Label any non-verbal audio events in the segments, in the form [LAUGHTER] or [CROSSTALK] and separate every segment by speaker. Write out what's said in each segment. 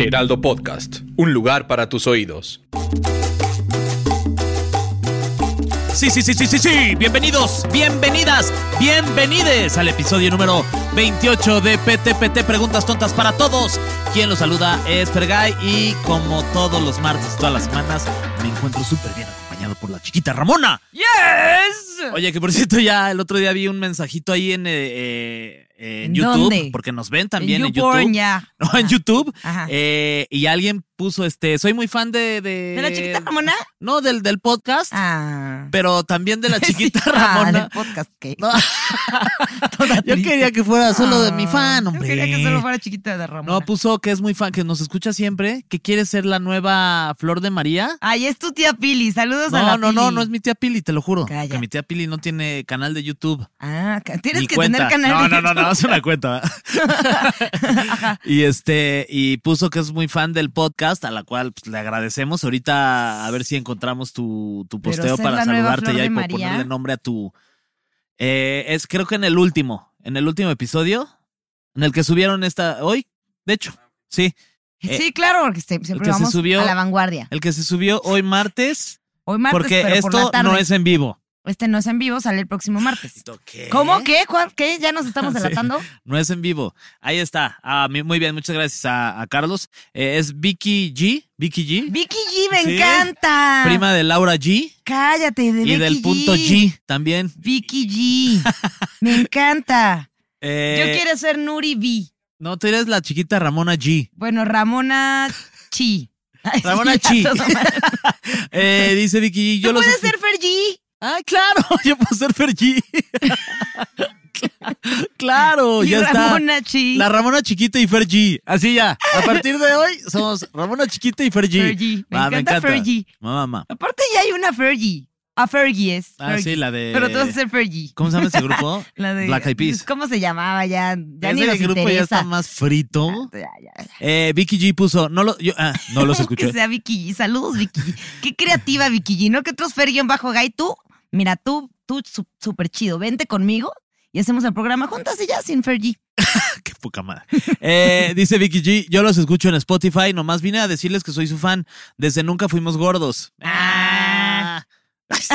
Speaker 1: Heraldo Podcast, un lugar para tus oídos.
Speaker 2: Sí, sí, sí, sí, sí, sí. Bienvenidos, bienvenidas, bienvenides al episodio número 28 de PTPT Preguntas Tontas para Todos. Quien los saluda es Fergay y como todos los martes y todas las semanas me encuentro súper bien acompañado por la chiquita Ramona.
Speaker 3: ¡Yes!
Speaker 2: Oye, que por cierto ya el otro día vi un mensajito ahí en, eh, eh, en
Speaker 3: ¿En
Speaker 2: YouTube,
Speaker 3: dónde?
Speaker 2: porque nos ven también en,
Speaker 3: YouPorn,
Speaker 2: YouTube.
Speaker 3: ya.
Speaker 2: [LAUGHS]
Speaker 3: Ah.
Speaker 2: No, en YouTube.
Speaker 3: Ajá.
Speaker 2: Eh, y alguien puso este, soy muy fan de... ¿De,
Speaker 3: ¿De la chiquita Ramona?
Speaker 2: No, del, del podcast.
Speaker 3: Ah.
Speaker 2: Pero también de la chiquita
Speaker 3: [LAUGHS] Sí. Ah,
Speaker 2: Ramona.
Speaker 3: del podcast, ¿qué? [LAUGHS]
Speaker 2: No. yo
Speaker 3: triste.
Speaker 2: quería que fuera solo de mi
Speaker 3: Ah,
Speaker 2: fan,
Speaker 3: yo
Speaker 2: hombre.
Speaker 3: quería que solo fuera chiquita de Ramona.
Speaker 2: no, pues. puso que es muy fan, que nos escucha siempre, que quiere ser la nueva Flor de María.
Speaker 3: Ay, Ah, es tu tía Pili. Saludos a
Speaker 2: No,
Speaker 3: la
Speaker 2: no, no,
Speaker 3: Pili.
Speaker 2: no es mi tía Pili, te lo juro.
Speaker 3: Calla.
Speaker 2: Que mi tía Pili no tiene canal de YouTube.
Speaker 3: Ah, ca- tienes
Speaker 2: ni
Speaker 3: que
Speaker 2: cuenta.
Speaker 3: tener canal. de
Speaker 2: No, no, no, no,
Speaker 3: YouTube.
Speaker 2: es una cuenta. [LAUGHS] y este, y puso que es muy fan del podcast, a la cual pues, le agradecemos. Ahorita a ver si encontramos tu, tu
Speaker 3: Pero
Speaker 2: posteo
Speaker 3: ser
Speaker 2: para
Speaker 3: la nueva
Speaker 2: saludarte
Speaker 3: Flor
Speaker 2: ya
Speaker 3: de
Speaker 2: y po-
Speaker 3: María.
Speaker 2: ponerle nombre a tu. Eh, es creo que en el último, en el último episodio, en el que subieron esta hoy, de hecho, sí, Eh,
Speaker 3: Sí, claro, porque se- siempre
Speaker 2: que se
Speaker 3: vamos
Speaker 2: subió-
Speaker 3: a la vanguardia.
Speaker 2: el que se subió hoy martes,
Speaker 3: Hoy martes,
Speaker 2: porque
Speaker 3: pero por
Speaker 2: esto
Speaker 3: la tarde.
Speaker 2: no es en vivo.
Speaker 3: Este no es en vivo, sale el próximo martes. ¿Cómo? ¿Qué? ¿Cuál? ¿Qué? ¿Ya nos estamos
Speaker 2: ¿eh? [LAUGHS] Sí.
Speaker 3: delatando?
Speaker 2: No es en vivo. Ahí está. Ah, mi- muy bien, muchas gracias a, a Carlos. Eh, es Vicky G. Vicky G.
Speaker 3: Vicky G, me
Speaker 2: Sí.
Speaker 3: encanta.
Speaker 2: prima de Laura G.
Speaker 3: Cállate, Ah. de
Speaker 2: Y
Speaker 3: Becky
Speaker 2: del
Speaker 3: G.
Speaker 2: punto G también.
Speaker 3: Vicky
Speaker 2: [LAUGHS]
Speaker 3: G. Me encanta.
Speaker 2: Eh,
Speaker 3: Yo quiero ser Nuri B.
Speaker 2: No, tú eres la chiquita Ramona G.
Speaker 3: Bueno, Ramona Chi. Ay,
Speaker 2: Ramona
Speaker 3: sí, ya
Speaker 2: Chi.
Speaker 3: todo
Speaker 2: [LAUGHS]
Speaker 3: mal.
Speaker 2: Eh,
Speaker 3: [LAUGHS]
Speaker 2: dice Vicky G. Yo
Speaker 3: ¿Tú
Speaker 2: lo
Speaker 3: puedes ser Fer G?
Speaker 2: Ah, claro, [LAUGHS] yo puedo ser Fer G. [LAUGHS] claro,
Speaker 3: y
Speaker 2: Oh, ya está.
Speaker 3: Ramona Chi.
Speaker 2: La Ramona Chiquita y Fer G. Así ya. A partir de hoy somos Ramona Chiquita y Fer G.
Speaker 3: Fer G. Me
Speaker 2: Ah,
Speaker 3: encanta Fer G.
Speaker 2: Mamá, mamá.
Speaker 3: Aparte ya hay una Fer G. A Fergie es.
Speaker 2: Ah,
Speaker 3: Fer
Speaker 2: sí,
Speaker 3: G.
Speaker 2: la de.
Speaker 3: Pero tú vas a ser Fer G.
Speaker 2: ¿Cómo se llama ese grupo?
Speaker 3: [LAUGHS] La de-
Speaker 2: Black Eyed Peas.
Speaker 3: ¿Cómo se llamaba ya? Ya ni
Speaker 2: Ese
Speaker 3: nos
Speaker 2: grupo ya
Speaker 3: interesa.
Speaker 2: está más frito.
Speaker 3: Ya, ya, ya.
Speaker 2: Eh, Vicky G puso, no lo, yo, ah, no los
Speaker 3: [LAUGHS] Que
Speaker 2: escuché.
Speaker 3: sea Vicky G. Saludos, Vicky G. Qué creativa, Vicky G. ¿No que otros Fer guión bajo gay? Tú, mira, tú, tú, su- súper chido. Vente conmigo y hacemos el programa juntas y ya sin Fer G.
Speaker 2: Qué poca madre. Eh, dice Vicky G, yo los escucho en Spotify, nomás vine a decirles que soy su fan. Desde nunca fuimos gordos.
Speaker 3: Ah.
Speaker 2: Todos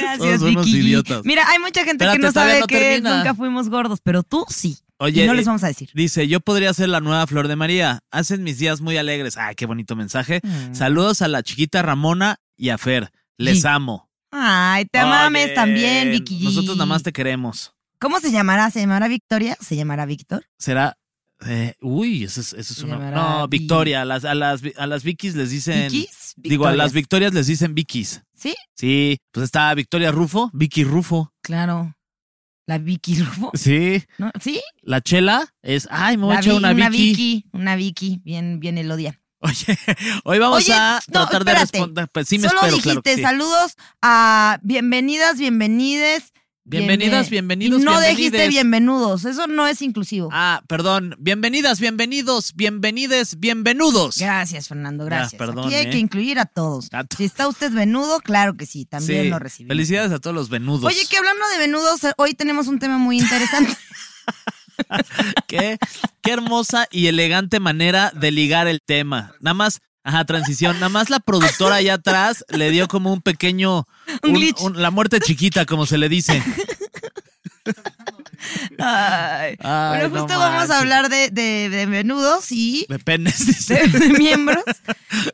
Speaker 3: Gracias,
Speaker 2: somos
Speaker 3: Vicky. G.
Speaker 2: idiotas.
Speaker 3: Mira, hay mucha gente
Speaker 2: Espérate,
Speaker 3: que no
Speaker 2: todavía
Speaker 3: sabe
Speaker 2: no
Speaker 3: que
Speaker 2: termina.
Speaker 3: nunca fuimos gordos, pero tú sí.
Speaker 2: Oye,
Speaker 3: y no les
Speaker 2: eh,
Speaker 3: vamos a decir.
Speaker 2: Dice, yo podría ser la nueva Flor de María. Hacen mis días muy alegres. Ay, qué bonito mensaje.
Speaker 3: Mm.
Speaker 2: Saludos a la chiquita Ramona y a Fer. Les
Speaker 3: G.
Speaker 2: amo.
Speaker 3: Ay, te
Speaker 2: Oye,
Speaker 3: amames también, Vicky. G.
Speaker 2: Nosotros nada más te queremos.
Speaker 3: ¿Cómo se llamará? ¿Se llamará Victoria? ¿Se llamará Víctor?
Speaker 2: Será... eh, uy, eso es, eso es una...
Speaker 3: Llamará
Speaker 2: No,
Speaker 3: Vi-
Speaker 2: Victoria. A las, a las, a las Vickys les dicen...
Speaker 3: ¿Vickys?
Speaker 2: Digo, a las
Speaker 3: Victorias.
Speaker 2: victorias les dicen Vicky's.
Speaker 3: ¿Sí?
Speaker 2: Sí, pues está Victoria Rufo, Vicky Rufo.
Speaker 3: Claro. La Vicky Rufo.
Speaker 2: Sí.
Speaker 3: ¿no? ¿Sí?
Speaker 2: La chela es, ay, me voy a
Speaker 3: La
Speaker 2: echar
Speaker 3: Vi-
Speaker 2: una Vicky.
Speaker 3: Una Vicky. Bien, bien elodia.
Speaker 2: [LAUGHS] Oye, hoy vamos
Speaker 3: Oye,
Speaker 2: a
Speaker 3: no,
Speaker 2: tratar de
Speaker 3: espérate.
Speaker 2: responder. Pues sí, me
Speaker 3: Solo
Speaker 2: espero,
Speaker 3: dijiste
Speaker 2: claro que sí.
Speaker 3: saludos a bienvenidas, bienvenides.
Speaker 2: Bienvenidas,
Speaker 3: bienve-
Speaker 2: bienvenidos,
Speaker 3: Y No
Speaker 2: bienvenides.
Speaker 3: dijiste bienvenudos. Eso no es inclusivo.
Speaker 2: Ah, perdón. Bienvenidas, bienvenidos, bienvenides, bienvenudos.
Speaker 3: Gracias, Fernando, gracias.
Speaker 2: perdón,
Speaker 3: Aquí hay
Speaker 2: ¿eh?
Speaker 3: que incluir a todos.
Speaker 2: A todos.
Speaker 3: Si está usted venudo, claro que sí, también
Speaker 2: Sí.
Speaker 3: lo recibimos.
Speaker 2: Felicidades a todos los venudos.
Speaker 3: Oye, que hablando de venudos, eh, hoy tenemos un tema
Speaker 2: [LAUGHS]
Speaker 3: muy interesante. [LAUGHS]
Speaker 2: qué, qué hermosa y elegante manera de ligar el tema. Nada más, ajá, transición. Nada más la productora allá atrás le dio como un pequeño.
Speaker 3: [LAUGHS] Un glitch.
Speaker 2: la muerte chiquita, como se le
Speaker 3: [LAUGHS]
Speaker 2: dice.
Speaker 3: Ay.
Speaker 2: Ay,
Speaker 3: bueno,
Speaker 2: no
Speaker 3: pues justo vamos
Speaker 2: manches.
Speaker 3: a hablar de, de, de
Speaker 2: [LAUGHS]
Speaker 3: venudos y
Speaker 2: De penes, dice.
Speaker 3: de, de miembros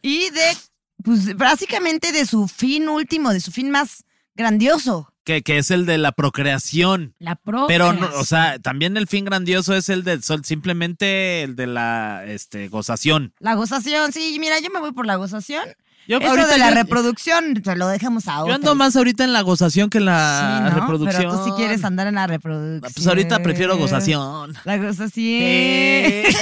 Speaker 3: y de, pues básicamente de su fin último, de su fin más grandioso,
Speaker 2: Que, que es el de la procreación.
Speaker 3: la pro.
Speaker 2: Pero, no, o sea, también el fin grandioso es el de sol, simplemente el de la este, gozación.
Speaker 3: La gozación, sí, mira, yo me voy por la gozación.
Speaker 2: Yo pues
Speaker 3: Eso
Speaker 2: ahorita
Speaker 3: de la
Speaker 2: yo-
Speaker 3: reproducción, te lo dejamos a
Speaker 2: Yo ando
Speaker 3: otros.
Speaker 2: más ahorita en la gozación que en la
Speaker 3: Sí, ¿no?
Speaker 2: reproducción.
Speaker 3: Pero tú sí quieres andar en la reproducción.
Speaker 2: Pues ahorita prefiero gozación.
Speaker 3: La gozación.
Speaker 2: Eh,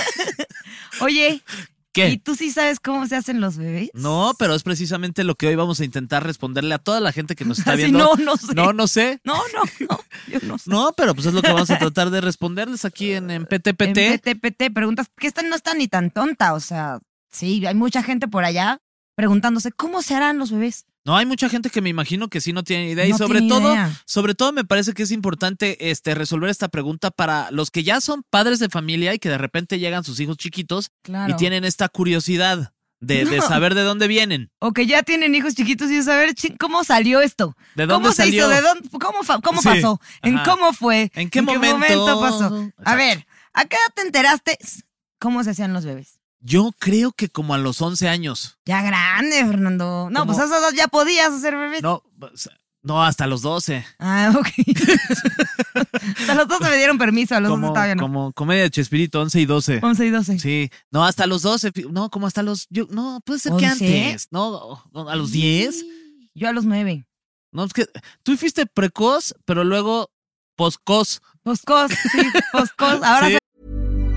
Speaker 3: [LAUGHS] Oye,
Speaker 2: [LAUGHS] ¿Qué?
Speaker 3: ¿y tú sí sabes cómo se hacen los bebés? [LAUGHS]
Speaker 2: No, pero es precisamente lo que hoy vamos a intentar responderle a toda la gente que nos está
Speaker 3: [LAUGHS] Así,
Speaker 2: viendo.
Speaker 3: no, no sé.
Speaker 2: No, no sé.
Speaker 3: No, no, no. Yo
Speaker 2: [LAUGHS]
Speaker 3: no sé.
Speaker 2: No, pero pues es lo que vamos a tratar de responderles aquí en, en PTPT.
Speaker 3: En PTPT preguntas que esta no está ni tan tonta, o sea, sí, hay mucha gente por allá preguntándose cómo se harán los bebés.
Speaker 2: No, hay mucha gente que me imagino que sí no tiene idea. y
Speaker 3: No
Speaker 2: sobre
Speaker 3: tiene
Speaker 2: todo,
Speaker 3: idea.
Speaker 2: sobre todo me parece que es importante este, resolver esta pregunta para los que ya son padres de familia y que de repente llegan sus hijos chiquitos
Speaker 3: Claro.
Speaker 2: y tienen esta curiosidad de, de
Speaker 3: [LAUGHS] No.
Speaker 2: saber de dónde vienen.
Speaker 3: O que ya tienen hijos chiquitos y es saber chi- cómo salió esto.
Speaker 2: ¿De dónde
Speaker 3: ¿Cómo
Speaker 2: salió?
Speaker 3: se hizo? ¿De dónde? ¿Cómo, fa- cómo
Speaker 2: Sí,
Speaker 3: pasó? ¿En
Speaker 2: ajá.
Speaker 3: cómo fue?
Speaker 2: ¿En qué momento?
Speaker 3: pasó? A
Speaker 2: Exacto.
Speaker 3: ver, ¿a qué edad te enteraste cómo se hacían los bebés?
Speaker 2: Yo creo que como a los 11 años.
Speaker 3: Ya grande, Fernando. No,
Speaker 2: ¿Cómo?
Speaker 3: pues a esa edad ya podías hacer bebés.
Speaker 2: No, pues, no hasta los 12.
Speaker 3: Ah,
Speaker 2: [LAUGHS]
Speaker 3: ok. a los dos se me dieron permiso, a los dos
Speaker 2: Como,
Speaker 3: estaba bien.
Speaker 2: como comedia de Chespirito, 11 y 12.
Speaker 3: 11 y 12.
Speaker 2: Sí, no, hasta los 12. fi- No, como hasta los. Yo, no, puede ser que
Speaker 3: ¿Once?
Speaker 2: antes. No, no, a los 10.
Speaker 3: Yo a los 9.
Speaker 2: No, es que tú fuiste precoz, pero luego poscoz.
Speaker 3: Poscos, sí, poscos. Ahora
Speaker 2: Sí.
Speaker 3: soy-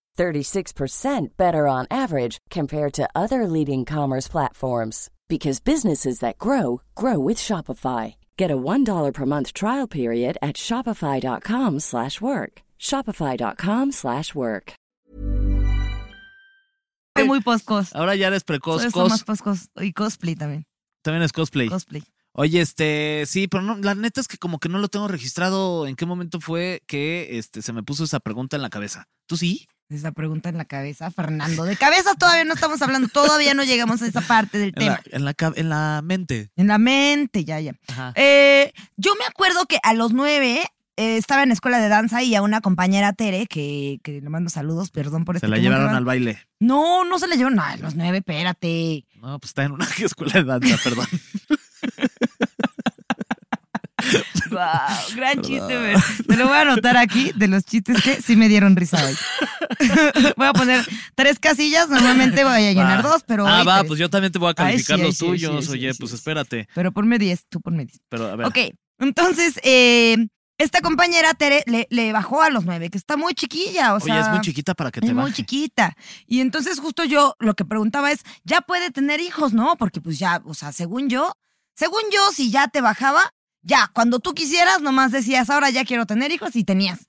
Speaker 4: 36% better on average compared to other leading commerce platforms because businesses that grow grow with Shopify. Get a $1 per month trial period at shopify.com/work. slash work. shopify.com/work. slash work.
Speaker 3: soy muy poscos.
Speaker 2: Ahora ya eres precoz.
Speaker 3: Soy soy
Speaker 2: cos,
Speaker 3: más poscos. Y cosplay también.
Speaker 2: también es cosplay.
Speaker 3: Cosplay.
Speaker 2: Oye, este, sí, pero no, la neta es que como que no lo tengo registrado en qué momento fue que este, se me puso esa pregunta en la cabeza. ¿Tú sí?
Speaker 3: Esa pregunta en la cabeza, Fernando. De cabezas todavía no estamos hablando, todavía no llegamos a esa parte del
Speaker 2: En la,
Speaker 3: tema.
Speaker 2: en la, cab- en la mente.
Speaker 3: En la mente, ya, ya.
Speaker 2: Ajá.
Speaker 3: Eh, yo me acuerdo que a los nueve eh, estaba en la escuela de danza y a una compañera Tere, que, que le mando saludos, perdón [LAUGHS] por este
Speaker 2: Se la
Speaker 3: tema que
Speaker 2: llevaron
Speaker 3: va-
Speaker 2: al baile.
Speaker 3: No, no se la llevaron a los
Speaker 2: [LAUGHS]
Speaker 3: nueve, espérate.
Speaker 2: No, pues está en una escuela de danza,
Speaker 3: [LAUGHS]
Speaker 2: perdón.
Speaker 3: Wow, gran chiste, Fer. Te lo voy a anotar aquí de los chistes que sí me dieron risa
Speaker 2: [LAUGHS]
Speaker 3: hoy. voy a poner tres casillas, normalmente voy a llenar
Speaker 2: Va.
Speaker 3: dos, pero.
Speaker 2: Ah,
Speaker 3: hoy
Speaker 2: va,
Speaker 3: tres.
Speaker 2: pues yo también te voy a calificar
Speaker 3: sí,
Speaker 2: los
Speaker 3: sí, sí,
Speaker 2: tuyos.
Speaker 3: sí,
Speaker 2: Oye,
Speaker 3: sí,
Speaker 2: pues
Speaker 3: sí.
Speaker 2: espérate.
Speaker 3: Pero ponme diez, tú ponme diez.
Speaker 2: Pero a ver.
Speaker 3: Ok, entonces, eh, esta compañera Tere le, le bajó a los nueve, que está muy chiquilla, o
Speaker 2: Oye,
Speaker 3: sea.
Speaker 2: es muy chiquita para que te
Speaker 3: es muy
Speaker 2: baje.
Speaker 3: chiquita. Y entonces justo yo lo que preguntaba es, ¿ya puede tener hijos, no? Porque pues ya, o sea, según yo, según yo, si ya te bajaba, ya, cuando tú quisieras, nomás decías, ahora ya quiero tener hijos y tenías.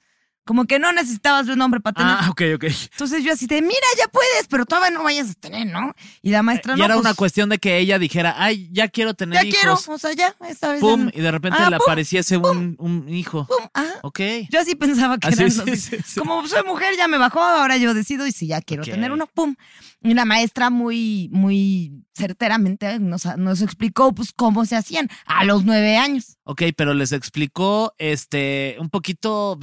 Speaker 3: Como que no necesitabas de un hombre para tener.
Speaker 2: Ah, ok, ok.
Speaker 3: Entonces yo así de, mira, ya puedes, pero todavía no vayas a tener, ¿no? Y la maestra
Speaker 2: Eh, Y
Speaker 3: no,
Speaker 2: era
Speaker 3: pues,
Speaker 2: una cuestión de que ella dijera, ay, ya quiero tener
Speaker 3: Ya
Speaker 2: hijos.
Speaker 3: quiero, o sea, ya, esta vez. ya
Speaker 2: Pum,
Speaker 3: no.
Speaker 2: y de repente
Speaker 3: Ah,
Speaker 2: le
Speaker 3: pum,
Speaker 2: apareciese un, un hijo.
Speaker 3: Pum, ajá.
Speaker 2: Ok.
Speaker 3: Yo así pensaba [LAUGHS] que
Speaker 2: Así
Speaker 3: eran
Speaker 2: es,
Speaker 3: los-
Speaker 2: Ah, sí, sí, [LAUGHS] sí.
Speaker 3: Como soy mujer, ya me bajó, ahora yo decido y si ya quiero
Speaker 2: Ok.
Speaker 3: tener uno, pum. Y la maestra muy, muy certeramente nos, nos explicó pues cómo se hacían a los nueve años.
Speaker 2: Ok, pero les explicó este un poquito,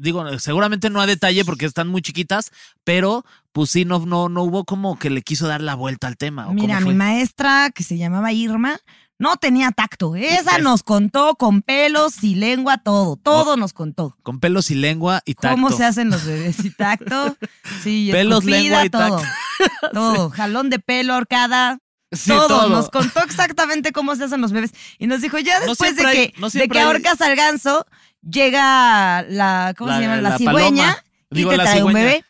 Speaker 2: digo, seguramente no a detalle porque están muy chiquitas, pero pues sí, no, no, no hubo como que le quiso dar la vuelta al tema. ¿o Ah, cómo
Speaker 3: Mira, mi
Speaker 2: fue?
Speaker 3: maestra, que se llamaba Irma, no tenía tacto. Esa nos contó con pelos y lengua, todo, todo nos contó.
Speaker 2: Con pelos y lengua y tacto.
Speaker 3: ¿Cómo se hacen los bebés y tacto? Sí,
Speaker 2: [LAUGHS] Pelos,
Speaker 3: escupida,
Speaker 2: lengua y
Speaker 3: todo.
Speaker 2: tacto. [LAUGHS]
Speaker 3: Todo, jalón de pelo, horcada,
Speaker 2: Sí,
Speaker 3: todo.
Speaker 2: todo.
Speaker 3: Nos contó exactamente cómo se hacen los bebés. Y nos dijo, ya
Speaker 2: No
Speaker 3: después de,
Speaker 2: siempre hay-
Speaker 3: que,
Speaker 2: no
Speaker 3: de que
Speaker 2: siempre hay-
Speaker 3: ahorcas al ganso, llega la, ¿cómo se llama? La, cigüeña
Speaker 2: paloma.
Speaker 3: y
Speaker 2: Digo,
Speaker 3: te
Speaker 2: la
Speaker 3: trae un
Speaker 2: cigüeña.
Speaker 3: bebé.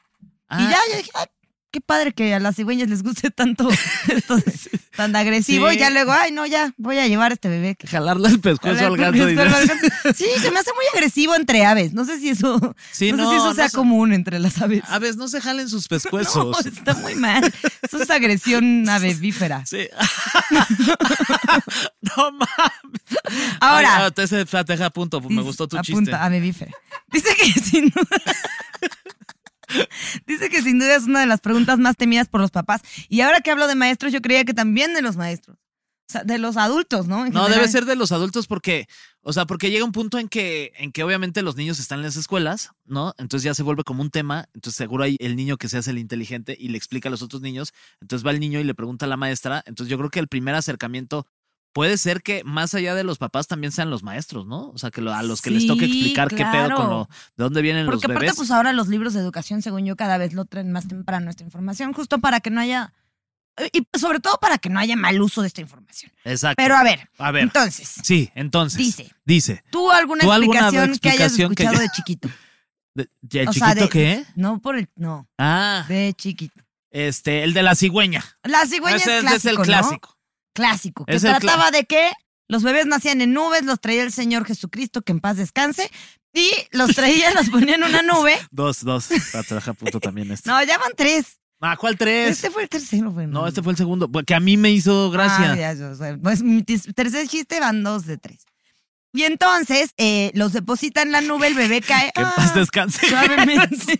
Speaker 2: Ah,
Speaker 3: Y ya yo dije, ay, qué padre que a las cigüeñas les
Speaker 2: [LAUGHS]
Speaker 3: guste tanto esto de- tan agresivo.
Speaker 2: Sí.
Speaker 3: Y ya luego, ay, no, ya, voy a llevar a este bebé. que-
Speaker 2: Ah, jalarle el pescuezo al
Speaker 3: Porque
Speaker 2: gato.
Speaker 3: es
Speaker 2: y-
Speaker 3: cuervo al ganso. Sí, se me hace muy agresivo entre aves. No sé si eso,
Speaker 2: Sí,
Speaker 3: no sé si eso
Speaker 2: no,
Speaker 3: sea
Speaker 2: no sé. Ah, pues.
Speaker 3: común entre las aves.
Speaker 2: A ver, no se jalen sus
Speaker 3: [LAUGHS] No,
Speaker 2: pescuezos.
Speaker 3: está muy mal. Eso es
Speaker 2: [LAUGHS]
Speaker 3: agresión avivífera. [LAUGHS]
Speaker 2: Sí. [LAUGHS] no mames.
Speaker 3: Ahora.
Speaker 2: Ay, ah, te se flateja a punto. Pues Me
Speaker 3: Dice-
Speaker 2: gustó tu
Speaker 3: apunta,
Speaker 2: chiste.
Speaker 3: avivífera. Dice que [LAUGHS] sin duda. [LAUGHS] Dice que sin duda es una de las preguntas más temidas por los papás. Y ahora que hablo de maestros, yo creía que también de los maestros. O sea, de los adultos, ¿no? En
Speaker 2: No,
Speaker 3: general.
Speaker 2: debe ser de los adultos porque, o sea, porque llega un punto en que, en que obviamente los niños están en las escuelas, ¿no? Entonces ya se vuelve como un tema. Entonces seguro hay el niño que se hace el inteligente y le explica a los otros niños. Entonces va el niño y le pregunta a la maestra. Entonces yo creo que el primer acercamiento puede ser que más allá de los papás también sean los maestros, ¿no? O sea, que lo- a los que les toque
Speaker 3: Sí,
Speaker 2: explicar qué pedo con lo,
Speaker 3: claro.
Speaker 2: de dónde vienen los
Speaker 3: Porque aparte,
Speaker 2: bebés.
Speaker 3: pues ahora los libros de educación, según yo, cada vez lo traen más temprano esta información, justo para que no haya Y sobre todo para que no haya mal uso de esta información.
Speaker 2: Exacto.
Speaker 3: Pero a ver,
Speaker 2: A ver.
Speaker 3: entonces,
Speaker 2: Sí, entonces.
Speaker 3: Dice.
Speaker 2: Dice.
Speaker 3: ¿tú alguna,
Speaker 2: ¿Tú alguna
Speaker 3: explicación,
Speaker 2: explicación
Speaker 3: que
Speaker 2: que
Speaker 3: hayas escuchado
Speaker 2: yo-
Speaker 3: de chiquito?
Speaker 2: de- de- ¿El
Speaker 3: O
Speaker 2: chiquito
Speaker 3: sea, de-
Speaker 2: qué?
Speaker 3: No, por el, no,
Speaker 2: Ah,
Speaker 3: de chiquito.
Speaker 2: este, el de la cigüeña.
Speaker 3: La cigüeña
Speaker 2: Ese
Speaker 3: es
Speaker 2: ese
Speaker 3: clásico,
Speaker 2: el
Speaker 3: ¿no?
Speaker 2: clásico.
Speaker 3: Clásico. Que
Speaker 2: Es el cla-
Speaker 3: trataba de que los bebés nacían en nubes, los traía el Señor Jesucristo, que en paz descanse, y los traía, los ponía en una nube.
Speaker 2: Dos, dos. Para trabajar punto también este.
Speaker 3: No, ya van tres.
Speaker 2: Ah, ¿cuál tres?
Speaker 3: Este fue el tercero, güey.
Speaker 2: No, este fue el segundo. Que a mí me hizo gracia.
Speaker 3: Ah, ya, yo sé. Pues mi tis- tercer chiste van dos de tres. Y entonces eh, los deposita en la nube, el bebé cae.
Speaker 2: que en
Speaker 3: ah,
Speaker 2: paz descanse. [LAUGHS]
Speaker 3: [LAUGHS] suavemente.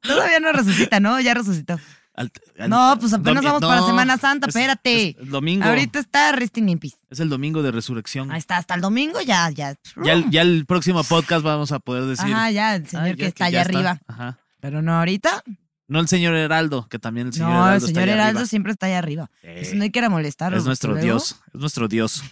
Speaker 3: Todavía no resucita, ¿no? Ya resucitó.
Speaker 2: Al- al-
Speaker 3: No, pues apenas
Speaker 2: domi-
Speaker 3: vamos para
Speaker 2: no,
Speaker 3: Semana Santa,
Speaker 2: es-
Speaker 3: espérate.
Speaker 2: es el domingo.
Speaker 3: Ahorita está Resting in Peace.
Speaker 2: Es el domingo de resurrección.
Speaker 3: Ahí está, hasta el domingo ya, ya.
Speaker 2: Ya, el- ya el próximo podcast vamos a poder decir.
Speaker 3: uh. Ajá, ya, el señor
Speaker 2: "Ay,
Speaker 3: que
Speaker 2: ya
Speaker 3: está allá
Speaker 2: ya
Speaker 3: arriba.
Speaker 2: Ajá.
Speaker 3: Pero no ahorita.
Speaker 2: No el señor Heraldo, que también el señor
Speaker 3: no, el
Speaker 2: Heraldo.
Speaker 3: señor
Speaker 2: está allá
Speaker 3: Heraldo
Speaker 2: arriba.
Speaker 3: siempre está allá arriba. Eso
Speaker 2: Sí.
Speaker 3: no hay que ir a molestarlo.
Speaker 2: es nuestro
Speaker 3: porque luego-
Speaker 2: Dios. Es nuestro
Speaker 3: [LAUGHS]
Speaker 2: Dios.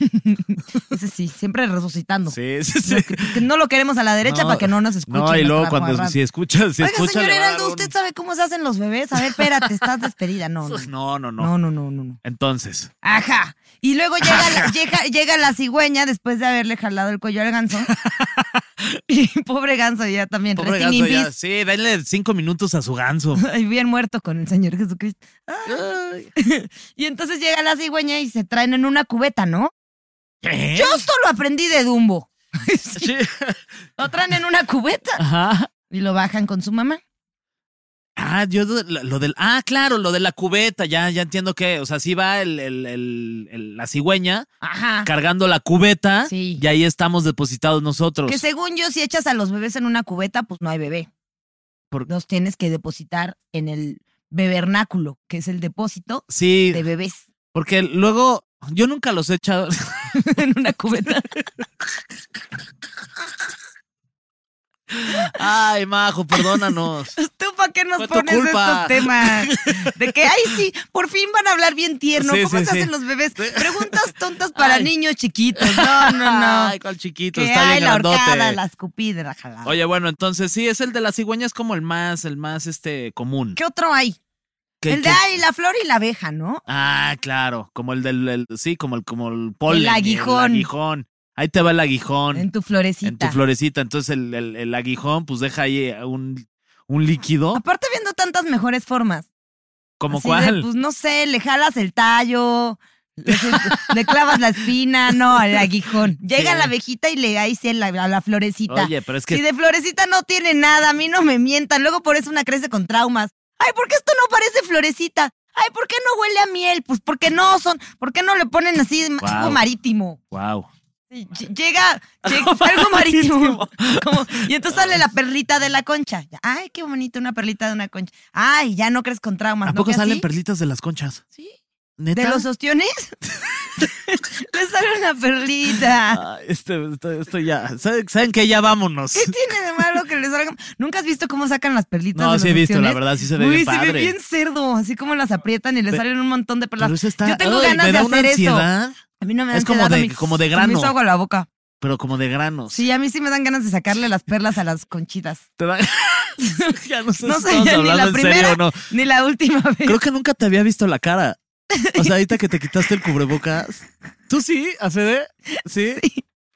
Speaker 3: Ese sí, siempre resucitando.
Speaker 2: Sí, sí, sí.
Speaker 3: Lo que- que no lo queremos a la derecha
Speaker 2: No,
Speaker 3: para que no nos escuchen.
Speaker 2: No, y luego
Speaker 3: nuestra
Speaker 2: cuando
Speaker 3: guarrada.
Speaker 2: si escuchas, si
Speaker 3: Oiga,
Speaker 2: escuchas.
Speaker 3: señor Heraldo, ¿usted sabe cómo se hacen los bebés? A ver, espérate, estás despedida. No,
Speaker 2: No,
Speaker 3: no,
Speaker 2: [LAUGHS] no, no.
Speaker 3: no, no, no, no, no.
Speaker 2: Entonces,
Speaker 3: Ajá. Y luego llega
Speaker 2: [LAUGHS]
Speaker 3: la, llega, llega la cigüeña después de haberle jalado el cuello al ganso. [LAUGHS] y pobre ganso ya también.
Speaker 2: pobre
Speaker 3: resting in
Speaker 2: ganso ya,
Speaker 3: peace.
Speaker 2: Sí, denle cinco minutos a su
Speaker 3: [LAUGHS]
Speaker 2: ganso.
Speaker 3: Ay, Bien muerto con el Señor Jesucristo. [LAUGHS] y entonces llega la cigüeña y se traen en una cubeta, ¿no?
Speaker 2: ¿Qué?
Speaker 3: Yo esto lo aprendí de Dumbo. [LAUGHS] Sí,
Speaker 2: Sí.
Speaker 3: lo traen en una cubeta
Speaker 2: Ajá.
Speaker 3: y lo bajan con su mamá.
Speaker 2: Ah, yo do- lo, lo del. Ah, claro, lo de la cubeta, ya, ya entiendo que. O sea, sí va el, el- el- el- la cigüeña
Speaker 3: Ajá.
Speaker 2: cargando la cubeta
Speaker 3: Sí.
Speaker 2: y ahí estamos depositados nosotros.
Speaker 3: Que según yo, si echas a los bebés en una cubeta, pues no hay bebé.
Speaker 2: Por-
Speaker 3: Los tienes que depositar en el bebernáculo, que es el depósito
Speaker 2: Sí,
Speaker 3: de bebés [LAUGHS]
Speaker 2: porque luego. Yo nunca los he echado. [LAUGHS]
Speaker 3: en una cubeta.
Speaker 2: Ay, majo, perdónanos.
Speaker 3: ¿Tú para qué nos
Speaker 2: Fue tu
Speaker 3: pones
Speaker 2: culpa.
Speaker 3: estos temas? De que, ay, sí, por fin van a hablar bien tierno.
Speaker 2: Sí,
Speaker 3: ¿Cómo
Speaker 2: sí,
Speaker 3: se
Speaker 2: sí.
Speaker 3: hacen
Speaker 2: [LAUGHS]
Speaker 3: los bebés? Preguntas tontas para
Speaker 2: Ay.
Speaker 3: niños chiquitos. [LAUGHS] No, no, no.
Speaker 2: Ay, cuál chiquito,
Speaker 3: que
Speaker 2: está
Speaker 3: hay
Speaker 2: bien
Speaker 3: la
Speaker 2: grandote.
Speaker 3: horcada, la escupida, la jalada.
Speaker 2: Oye, bueno, entonces sí, es el de la cigüeña, es como el más, el más este común.
Speaker 3: ¿Qué otro hay?
Speaker 2: Que-
Speaker 3: el
Speaker 2: que-
Speaker 3: de, ay, la flor y la abeja, ¿no?
Speaker 2: Ah, claro, como el del, el- sí, como el, como el polen.
Speaker 3: aguijón.
Speaker 2: aguijón. Ahí te va el aguijón.
Speaker 3: En
Speaker 2: En
Speaker 3: tu florecita.
Speaker 2: tu florecita. Entonces el, el- el aguijón, pues deja ahí un, un líquido.
Speaker 3: Aparte viendo tantas mejores formas.
Speaker 2: ¿Como
Speaker 3: Ah, Así de,
Speaker 2: cuál?
Speaker 3: pues no sé, le jalas el tallo, le, [LAUGHS] le clavas la espina, no, el aguijón. Llega
Speaker 2: Sí.
Speaker 3: la abejita y le ahí sí, la, la- la florecita.
Speaker 2: Oye, pero es que
Speaker 3: Si de florecita no tiene nada, a mí no me mientan. Luego por eso una crece con traumas. Ay, ¿por qué esto no parece florecita? Ay, ¿por qué no huele a miel? Pues porque no son, ¿por qué no le ponen así de ma-
Speaker 2: Guau.
Speaker 3: algo marítimo?
Speaker 2: wow. [LAUGHS]
Speaker 3: Sí, ll- Llega, llega
Speaker 2: Oh,
Speaker 3: [LAUGHS] algo marítimo. Como- y entonces
Speaker 2: Ah.
Speaker 3: sale la perlita de la concha. Ya, Ay, qué bonito, una perlita de una concha. Ay, ya no crees con traumas.
Speaker 2: ¿A
Speaker 3: ¿no
Speaker 2: poco
Speaker 3: que
Speaker 2: salen
Speaker 3: así?
Speaker 2: perlitas de las conchas?
Speaker 3: Sí.
Speaker 2: ¿Neta?
Speaker 3: ¿De los ostiones? [LAUGHS] Le sale una perlita.
Speaker 2: Ah, este, esto, esto ya. ¿Saben, saben qué? Ya vámonos.
Speaker 3: [LAUGHS] ¿Qué tiene de malo que les salgan? ¿Nunca has visto cómo sacan las perlitas?
Speaker 2: No,
Speaker 3: de
Speaker 2: sí he
Speaker 3: los
Speaker 2: visto, la
Speaker 3: ostiones?
Speaker 2: verdad, sí se ve
Speaker 3: Uy,
Speaker 2: bien
Speaker 3: se ve
Speaker 2: padre.
Speaker 3: bien cerdo, así como las aprietan y le
Speaker 2: Pe-
Speaker 3: salen un montón de perlas.
Speaker 2: Pero eso está-
Speaker 3: Yo tengo
Speaker 2: ay,
Speaker 3: ganas
Speaker 2: me
Speaker 3: de
Speaker 2: da una
Speaker 3: hacer eso.
Speaker 2: ansiedad,
Speaker 3: A mí no me dan
Speaker 2: Es como
Speaker 3: ansiedad, a
Speaker 2: de-
Speaker 3: mí-
Speaker 2: como de
Speaker 3: se Me hizo
Speaker 2: grano.
Speaker 3: agua la boca.
Speaker 2: pero como de granos.
Speaker 3: Sí, a mí sí me dan ganas de sacarle las perlas a las conchitas.
Speaker 2: [LAUGHS] Te da- [LAUGHS] ya no sé
Speaker 3: No
Speaker 2: si
Speaker 3: sé
Speaker 2: estamos
Speaker 3: ya ni
Speaker 2: hablando
Speaker 3: la
Speaker 2: en serio
Speaker 3: primera
Speaker 2: o no.
Speaker 3: ni la última
Speaker 2: [LAUGHS]
Speaker 3: [LAUGHS] vez.
Speaker 2: Creo que nunca te había visto la cara. O sea, ahorita que te quitaste el cubrebocas. ¿Tú sí, ACD? ¿Sí?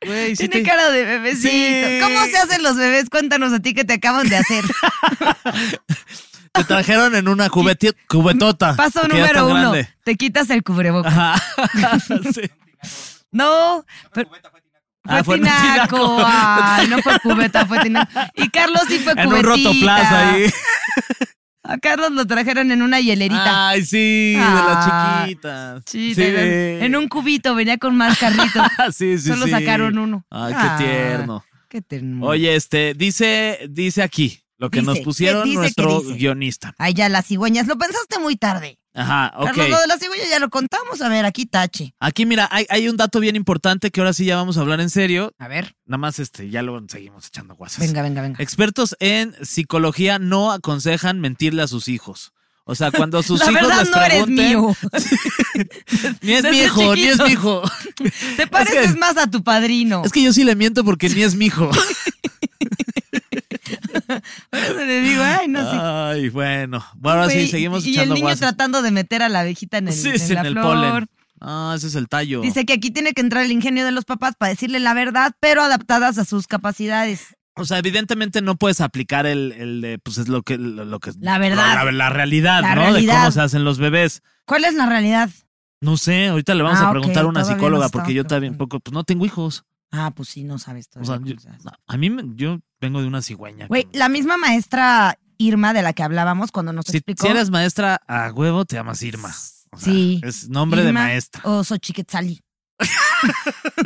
Speaker 2: Güey, sí te-
Speaker 3: Tiene cara de bebecito.
Speaker 2: Sí.
Speaker 3: ¿Cómo se hacen los bebés? Cuéntanos a ti que te acaban
Speaker 2: [LAUGHS]
Speaker 3: de hacer.
Speaker 2: te trajeron en una cubeti- cubetota.
Speaker 3: Paso
Speaker 2: porque ya
Speaker 3: número
Speaker 2: estás
Speaker 3: uno.
Speaker 2: grande. Ah.
Speaker 3: Te quitas el cubrebocas.
Speaker 2: Ajá. [LAUGHS] Sí.
Speaker 3: No. pero-
Speaker 2: Ah,
Speaker 3: fue
Speaker 2: fue
Speaker 3: tinaco.
Speaker 2: tinaco.
Speaker 3: Ay, no fue cubeta, fue tinaco. Y Carlos sí fue
Speaker 2: [LAUGHS] En
Speaker 3: cubetita.
Speaker 2: un rotoplas ahí.
Speaker 3: A Carlos lo trajeron en una hielerita.
Speaker 2: Ay, sí,
Speaker 3: Ah,
Speaker 2: de las chiquitas.
Speaker 3: Sí, de ver- en
Speaker 2: [LAUGHS]
Speaker 3: un cubito, venía con más carritos.
Speaker 2: Ah, Sí, sí,
Speaker 3: Solo
Speaker 2: sí.
Speaker 3: sacaron uno.
Speaker 2: Ay,
Speaker 3: Ah,
Speaker 2: qué tierno.
Speaker 3: Qué ternura.
Speaker 2: Oye, este, dice, dice aquí lo que
Speaker 3: Dice,
Speaker 2: nos
Speaker 3: ¿qué
Speaker 2: pusieron
Speaker 3: dice, qué
Speaker 2: nuestro
Speaker 3: dice?
Speaker 2: guionista.
Speaker 3: Ay, ya las cigüeñas. Lo pensaste muy tarde.
Speaker 2: Ajá, ok.
Speaker 3: Carlos, lo de las cigüeñas ya lo contamos. A ver, aquí tache.
Speaker 2: Aquí, mira, hay, hay un dato bien importante que ahora sí ya vamos a hablar en serio.
Speaker 3: A ver,
Speaker 2: Nada más, este, ya lo seguimos echando guasas.
Speaker 3: venga, venga, venga.
Speaker 2: Expertos en psicología no aconsejan mentirle a sus hijos. O sea, cuando sus
Speaker 3: [LAUGHS] La
Speaker 2: hijos
Speaker 3: verdad
Speaker 2: les
Speaker 3: no eres
Speaker 2: pregunten, [LAUGHS]
Speaker 3: mío.
Speaker 2: ni es mi
Speaker 3: Desde
Speaker 2: hijo, ni es mi hijo. [LAUGHS]
Speaker 3: Te pareces más a tu padrino. [LAUGHS]
Speaker 2: Es que yo sí le miento porque ni es mi hijo.
Speaker 3: Por eso le digo, ay, no, sí.
Speaker 2: Ay, bueno. Bueno, ahora
Speaker 3: Güey,
Speaker 2: sí, seguimos
Speaker 3: y, y el
Speaker 2: echando
Speaker 3: niño
Speaker 2: guasa.
Speaker 3: tratando de meter a la abejita en el,
Speaker 2: Sí,
Speaker 3: en
Speaker 2: es en
Speaker 3: la
Speaker 2: el
Speaker 3: flor.
Speaker 2: polen. Ah, ese es el tallo.
Speaker 3: Dice que aquí tiene que entrar el ingenio de los papás para decirle la verdad, pero adaptadas a sus capacidades.
Speaker 2: O sea, evidentemente no puedes aplicar el, el de, pues es lo que, lo, lo que
Speaker 3: La verdad.
Speaker 2: la, la realidad,
Speaker 3: La
Speaker 2: ¿no? De
Speaker 3: realidad.
Speaker 2: cómo se hacen los bebés.
Speaker 3: ¿Cuál es la realidad?
Speaker 2: No sé, ahorita le vamos
Speaker 3: Ah,
Speaker 2: a
Speaker 3: ok,
Speaker 2: preguntar a una
Speaker 3: todavía
Speaker 2: psicóloga,
Speaker 3: nos
Speaker 2: porque yo
Speaker 3: estamos
Speaker 2: también
Speaker 3: preguntando.
Speaker 2: poco, pues no tengo hijos.
Speaker 3: Ah, pues sí, no sabes
Speaker 2: O
Speaker 3: todavía
Speaker 2: sea,
Speaker 3: cómo
Speaker 2: yo,
Speaker 3: se hace.
Speaker 2: a mí me- yo vengo de una cigüeña.
Speaker 3: Güey,
Speaker 2: cabrón.
Speaker 3: la misma maestra Irma de la que hablábamos cuando nos
Speaker 2: si,
Speaker 3: explicó.
Speaker 2: si eres maestra a huevo, te llamas Irma. O sea,
Speaker 3: Sí.
Speaker 2: Es nombre de
Speaker 3: Irma [LAUGHS]
Speaker 2: maestra. [LAUGHS]
Speaker 3: O Xochiquetzali.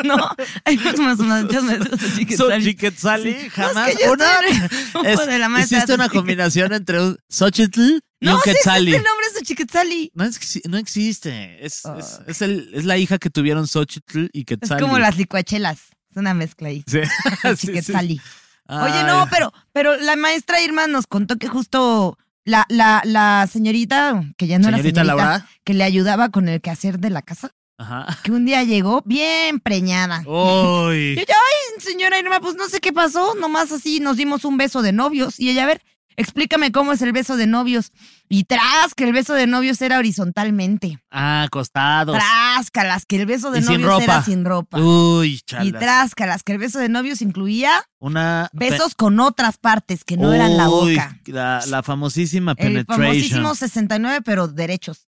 Speaker 3: no, hay más más muchas
Speaker 2: [LAUGHS]
Speaker 3: maestras
Speaker 2: Soy
Speaker 3: Xochiquetzali.
Speaker 2: Chiquetzali,
Speaker 3: Sí. No,
Speaker 2: jamás.
Speaker 3: es que yo
Speaker 2: una-
Speaker 3: estoy en el
Speaker 2: [LAUGHS]
Speaker 3: grupo
Speaker 2: Es-
Speaker 3: de la maestra
Speaker 2: hiciste una
Speaker 3: Xochiquetzali.
Speaker 2: combinación entre
Speaker 3: [LAUGHS]
Speaker 2: un Xochitl y
Speaker 3: No,
Speaker 2: un
Speaker 3: sí,
Speaker 2: Quetzali.
Speaker 3: existe el nombre es Xochiquetzali.
Speaker 2: No, es que sí- no existe. Es, es,
Speaker 3: Ok.
Speaker 2: es el, es la hija que tuvieron Xochitl y
Speaker 3: Es
Speaker 2: Quetzal.
Speaker 3: como las licuachelas. Es una mezcla ahí.
Speaker 2: [LAUGHS]
Speaker 3: [LAUGHS]
Speaker 2: Sí.
Speaker 3: Xochiquetzali. Oye, no,
Speaker 2: pero
Speaker 3: pero, pero la maestra Irma nos contó que justo la, la, la señorita, que ya no
Speaker 2: Señorita
Speaker 3: era señorita,
Speaker 2: Laura.
Speaker 3: que le ayudaba con el quehacer de la casa,
Speaker 2: Ajá.
Speaker 3: [LAUGHS] que un día llegó bien preñada.
Speaker 2: Oh. Uy.
Speaker 3: Yo ya, ay, señora Irma, pues no sé qué pasó, nomás así nos dimos un beso de novios. Y ella, a ver, explícame cómo es el beso de novios. Y tras, que el beso de novios era horizontalmente.
Speaker 2: Ah, acostados.
Speaker 3: Tras, que las que el beso de
Speaker 2: Y sin
Speaker 3: novios era
Speaker 2: ropa.
Speaker 3: sin ropa.
Speaker 2: Uy,
Speaker 3: y
Speaker 2: chalas.
Speaker 3: tras, que las que el beso de novios incluía
Speaker 2: Una. pe-
Speaker 3: besos con otras partes que no eran la
Speaker 2: Uy,
Speaker 3: boca.
Speaker 2: La, la famosísima [LAUGHS]
Speaker 3: El
Speaker 2: penetration.
Speaker 3: famosísimo 69, pero derechos.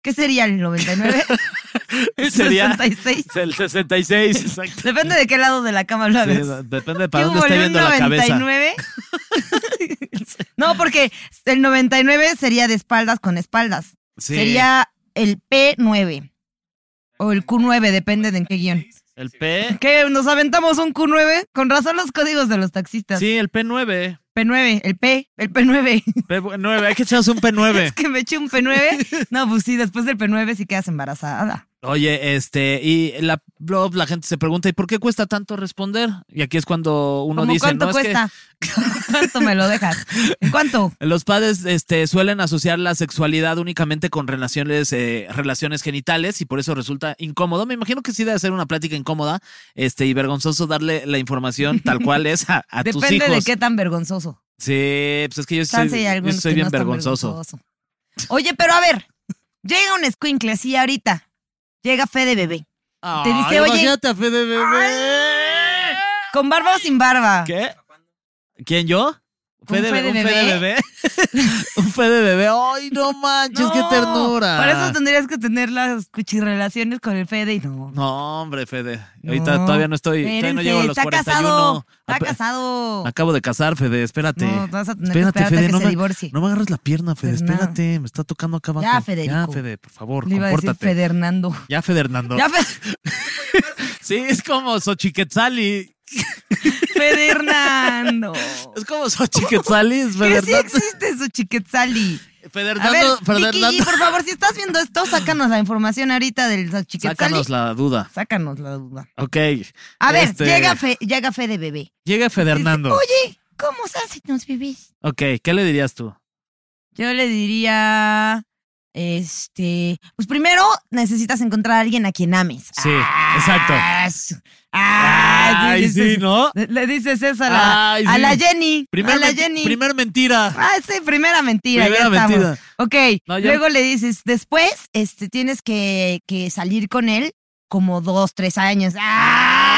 Speaker 3: ¿Qué sería
Speaker 2: [LAUGHS]
Speaker 3: el 99? El
Speaker 2: Sería-
Speaker 3: 66.
Speaker 2: [LAUGHS] El 66, exacto.
Speaker 3: Depende de qué lado de la cama lo
Speaker 2: Sí,
Speaker 3: hagas.
Speaker 2: depende de para
Speaker 3: ¿Qué
Speaker 2: dónde
Speaker 3: hubo,
Speaker 2: esté
Speaker 3: el
Speaker 2: viendo la cabeza.
Speaker 3: 99? [LAUGHS] no, porque el 99 sería de espaldas con espaldas.
Speaker 2: Sí,
Speaker 3: Sería el P9 o el Q9, depende de en qué guión.
Speaker 2: El
Speaker 3: [LAUGHS]
Speaker 2: P.
Speaker 3: ¿Qué? ¿Nos aventamos un Q9? Con razón los códigos de los taxistas.
Speaker 2: Sí, el P9.
Speaker 3: P9, el P, el [LAUGHS] P9.
Speaker 2: P9. Hay que echarse un P9.
Speaker 3: [LAUGHS] es que me eché un P9. No, pues sí, después del P9 sí quedas embarazada.
Speaker 2: Oye, este, y la, luego la gente se pregunta, ¿y por qué cuesta tanto responder? Y aquí es cuando uno
Speaker 3: ¿Cómo
Speaker 2: dice,
Speaker 3: cuánto
Speaker 2: no, es que
Speaker 3: cuesta? [LAUGHS] ¿Cuánto me lo dejas? ¿En cuánto?
Speaker 2: los padres este, suelen asociar la sexualidad únicamente con relaciones, eh, relaciones genitales y por eso resulta incómodo. Me imagino que sí debe ser una plática incómoda este, y vergonzoso darle la información tal cual es a, a tus
Speaker 3: Depende
Speaker 2: hijos.
Speaker 3: de qué tan vergonzoso.
Speaker 2: Sí, pues es que yo soy,
Speaker 3: Chance y
Speaker 2: yo
Speaker 3: algunos
Speaker 2: soy
Speaker 3: que
Speaker 2: bien
Speaker 3: no están
Speaker 2: vergonzoso.
Speaker 3: vergonzoso. Oye, pero a ver, llega un escuincle así ahorita. Llega fe de bebé. Te dice,
Speaker 2: Ay,
Speaker 3: oye-
Speaker 2: imagínate a Fede Bebé.
Speaker 3: ¿Con barba o sin barba?
Speaker 2: ¿Qué? ¿Quién yo?
Speaker 3: ¿Un fe de
Speaker 2: un
Speaker 3: bebé?
Speaker 2: bebé? [LAUGHS] un fe de bebé. Ay, no manches, qué
Speaker 3: No,
Speaker 2: ternura.
Speaker 3: Para eso tendrías que tener las cuchirrelaciones con el Fede y no.
Speaker 2: No, hombre, Fede. Ahorita
Speaker 3: No.
Speaker 2: todavía no estoy, todavía no
Speaker 3: Espérense,
Speaker 2: llego a los
Speaker 3: está
Speaker 2: 41.
Speaker 3: casado. Está
Speaker 2: Ap-
Speaker 3: casado.
Speaker 2: Me acabo de casar, Fede, espérate.
Speaker 3: No, vas a tener que
Speaker 2: espérate,
Speaker 3: esperar hasta
Speaker 2: Fede,
Speaker 3: que
Speaker 2: no
Speaker 3: se
Speaker 2: me,
Speaker 3: divorcie.
Speaker 2: No me agarres la pierna, Fede,
Speaker 3: Fernando.
Speaker 2: espérate, me está tocando acá abajo.
Speaker 3: Ya, Federico.
Speaker 2: Ya, Fede, por favor,
Speaker 3: Le iba a decir
Speaker 2: compórtate.
Speaker 3: Fede Hernando.
Speaker 2: Ya, Fede Hernando.
Speaker 3: Ya, Fe- [LAUGHS]
Speaker 2: Sí, es como Xochiquetzali.
Speaker 3: Fede
Speaker 2: [LAUGHS]
Speaker 3: Hernando.
Speaker 2: Es como Xochiquetzali,
Speaker 3: [LAUGHS]
Speaker 2: es Fede
Speaker 3: ¿Qué sí
Speaker 2: Hernando.
Speaker 3: existe eso, Chiquetzali?
Speaker 2: Fede
Speaker 3: A ver,
Speaker 2: Hernando, Fede
Speaker 3: Vicky,
Speaker 2: Hernando.
Speaker 3: por favor, si estás viendo esto, sácanos la información ahorita del Chiquetzali.
Speaker 2: Sácanos la duda.
Speaker 3: Sácanos la duda.
Speaker 2: Ok.
Speaker 3: A ver,
Speaker 2: Este,
Speaker 3: llega, fe, llega fe de bebé.
Speaker 2: Llega Fede Hernando.
Speaker 3: Oye, ¿cómo se hacen los bebés?
Speaker 2: Ok, ¿qué le dirías tú?
Speaker 3: Yo le diría, este, pues primero necesitas encontrar a alguien a quien ames.
Speaker 2: Sí, exacto.
Speaker 3: Ah, su- ah,
Speaker 2: Ay,
Speaker 3: le dices-
Speaker 2: sí, ¿no?
Speaker 3: Le dices eso a la,
Speaker 2: Ay,
Speaker 3: a
Speaker 2: sí.
Speaker 3: la Jenny.
Speaker 2: Primer,
Speaker 3: a la
Speaker 2: menti-
Speaker 3: Jenny.
Speaker 2: primer mentira.
Speaker 3: Ah, sí, primera mentira.
Speaker 2: Primera
Speaker 3: ya estamos.
Speaker 2: mentira.
Speaker 3: Ok,
Speaker 2: No, ya-
Speaker 3: luego le dices, después este, tienes que, que salir con él como dos, tres años. ¡Ah!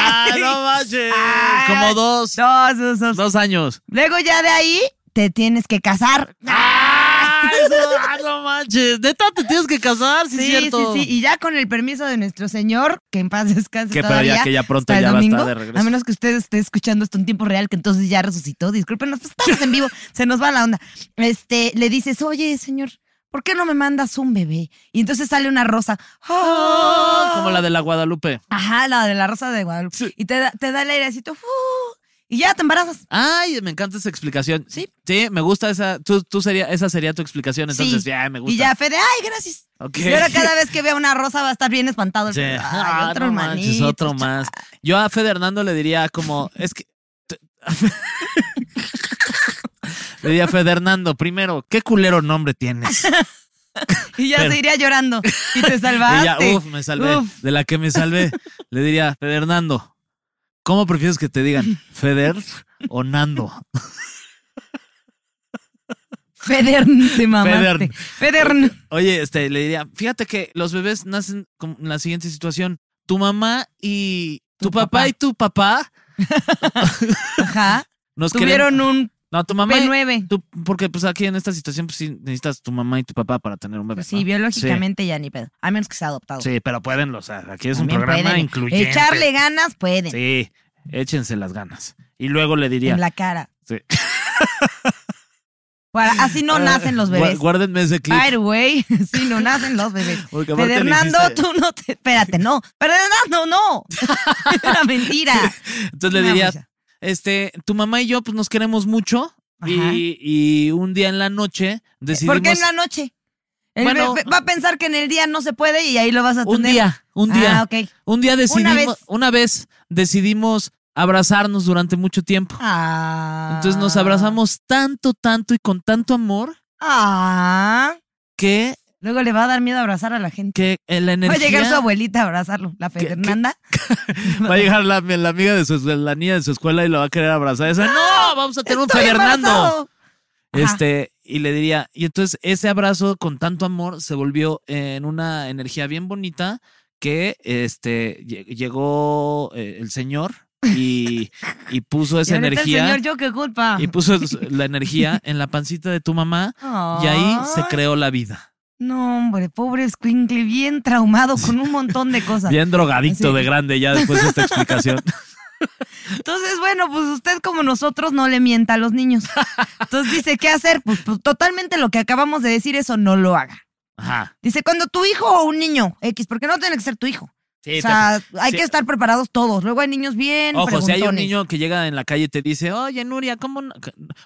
Speaker 2: Ah, no manches.
Speaker 3: Ay.
Speaker 2: Como dos,
Speaker 3: Dos, dos, dos.
Speaker 2: dos años.
Speaker 3: Luego ya de ahí te tienes que casar.
Speaker 2: [LAUGHS] Ah, eso- ah, no manches. Neta, te tienes que casar, sí, es
Speaker 3: Sí, sí,
Speaker 2: cierto.
Speaker 3: sí. Y ya con el permiso de nuestro señor, que en paz descanse
Speaker 2: Que pero
Speaker 3: todavía.
Speaker 2: ya que ya pronto
Speaker 3: hasta el
Speaker 2: ya va a
Speaker 3: domingo,
Speaker 2: estar de regreso.
Speaker 3: A menos que usted esté escuchando esto en tiempo real, que entonces ya resucitó. Discúlpenos, pues estamos
Speaker 2: [LAUGHS]
Speaker 3: en vivo, se nos va la onda. Este, le dices, oye, señor, ¿por qué no me mandas un bebé? Y entonces sale una rosa.
Speaker 2: Ah, Como la de la Guadalupe.
Speaker 3: Ajá, la de la rosa de Guadalupe.
Speaker 2: Sí.
Speaker 3: Y te da, te da el airecito. ¡fu! y ya te embarazas.
Speaker 2: Ay, me encanta esa explicación.
Speaker 3: Sí.
Speaker 2: Sí, me gusta esa. Tú, tú sería, esa sería tu explicación, entonces
Speaker 3: Sí.
Speaker 2: ya me gusta.
Speaker 3: Y ya Fede, ay, gracias.
Speaker 2: Ok.
Speaker 3: Y ahora
Speaker 2: [LAUGHS]
Speaker 3: cada vez que vea una rosa va a estar bien espantado. el
Speaker 2: Sí.
Speaker 3: Fede. Ay,
Speaker 2: Ah, no
Speaker 3: otro hermanito,
Speaker 2: manches, otro
Speaker 3: cha-
Speaker 2: más. Yo a Fede Hernando le diría como, es que... [LAUGHS] le diría a Fede Hernando, primero, ¿qué culero nombre tienes?
Speaker 3: Y ya
Speaker 2: Pero-
Speaker 3: se iría llorando. Y
Speaker 2: [LAUGHS]
Speaker 3: te
Speaker 2: Y
Speaker 3: salvaste.
Speaker 2: ya, uff, me salvé.
Speaker 3: Uf.
Speaker 2: De la que me salvé, le diría, Fede Hernando, ¿cómo prefieres que te digan? ¿Feder o Nando?
Speaker 3: Federn, te mamaste.
Speaker 2: Federn. [LAUGHS]
Speaker 3: Federn.
Speaker 2: Oye, este, le diría, fíjate que los bebés nacen con la siguiente situación. Tu mamá y tu,
Speaker 3: Tu
Speaker 2: papá,
Speaker 3: papá.
Speaker 2: y tu papá
Speaker 3: Ajá.
Speaker 2: nos queremos.
Speaker 3: Tuvieron un
Speaker 2: No, tu mamá y
Speaker 3: P9.
Speaker 2: tú, porque pues aquí en esta situación pues sí necesitas tu mamá y tu papá para tener un bebé.
Speaker 3: Pues Sí,
Speaker 2: ¿no?
Speaker 3: biológicamente ya ni pedo. A menos que sea adoptado.
Speaker 2: Sí, sí, pero pueden, o sea, aquí es
Speaker 3: También
Speaker 2: un programa
Speaker 3: pueden.
Speaker 2: incluyente.
Speaker 3: Echarle ganas pueden.
Speaker 2: Sí, échense las ganas. Y luego le diría,
Speaker 3: En la cara. [LAUGHS]
Speaker 2: Sí.
Speaker 3: Para- así no
Speaker 2: "Ah,
Speaker 3: nacen los
Speaker 2: gua-
Speaker 3: bebés.
Speaker 2: Guárdenme ese clip.
Speaker 3: By the way, [LAUGHS] así no nacen
Speaker 2: [LAUGHS]
Speaker 3: los bebés.
Speaker 2: Porque aparte le
Speaker 3: Fernando,
Speaker 2: hiciste-
Speaker 3: tú no te. Espérate, no. Fernando, no.
Speaker 2: [LAUGHS]
Speaker 3: Era mentira.
Speaker 2: Entonces le
Speaker 3: Una
Speaker 2: diría,
Speaker 3: mucha.
Speaker 2: este, tu mamá y yo pues nos queremos mucho
Speaker 3: Ajá.
Speaker 2: y, y un día en la noche decidimos
Speaker 3: ¿Por qué en la noche? El
Speaker 2: Bueno.
Speaker 3: bebé va a pensar que en el día no se puede y ahí lo vas a tener.
Speaker 2: un día, un día,
Speaker 3: Ah, ok.
Speaker 2: un día decidimos una vez.
Speaker 3: vez.
Speaker 2: decidimos abrazarnos durante mucho tiempo.
Speaker 3: Ah.
Speaker 2: Entonces nos abrazamos tanto, tanto y con tanto amor
Speaker 3: Ah.
Speaker 2: que
Speaker 3: Luego le va a dar miedo abrazar a la gente.
Speaker 2: que la
Speaker 3: Va
Speaker 2: energía
Speaker 3: a llegar su abuelita a abrazarlo, la
Speaker 2: qué?
Speaker 3: Fernanda.
Speaker 2: Va a llegar la, la amiga de su la niña de su escuela y lo va a querer abrazar. Esa, no, vamos a tener un
Speaker 3: Estoy
Speaker 2: Fernando.
Speaker 3: embarazado. Ajá.
Speaker 2: Este, y le diría, y entonces ese abrazo con tanto amor se volvió en una energía bien bonita que este lle- llegó eh, el señor y, y puso
Speaker 3: [LAUGHS] Y
Speaker 2: esa
Speaker 3: ahorita el
Speaker 2: energía
Speaker 3: señor, yo qué culpa.
Speaker 2: y puso
Speaker 3: [LAUGHS]
Speaker 2: es- la energía en la pancita de tu mamá y ahí se
Speaker 3: Ay,
Speaker 2: creó la vida.
Speaker 3: No, hombre, pobre escuincle, bien traumado con un montón de cosas.
Speaker 2: [LAUGHS] Bien drogadicto de grande ya después de esta
Speaker 3: [LAUGHS]
Speaker 2: explicación.
Speaker 3: Entonces, bueno, pues usted como nosotros no le mienta a los niños. Entonces dice, ¿qué hacer? Pues, pues, totalmente lo que acabamos de decir, eso no lo haga.
Speaker 2: Ajá.
Speaker 3: Dice, cuando tu hijo o un niño X, porque no tiene que ser tu hijo.
Speaker 2: Sí,
Speaker 3: o sea, hay
Speaker 2: sí.
Speaker 3: que estar preparados todos. Luego hay niños bien
Speaker 2: Ojo, si hay un
Speaker 3: preguntones.
Speaker 2: niño que llega en la calle y te dice, oye, Nuria, ¿cómo? na-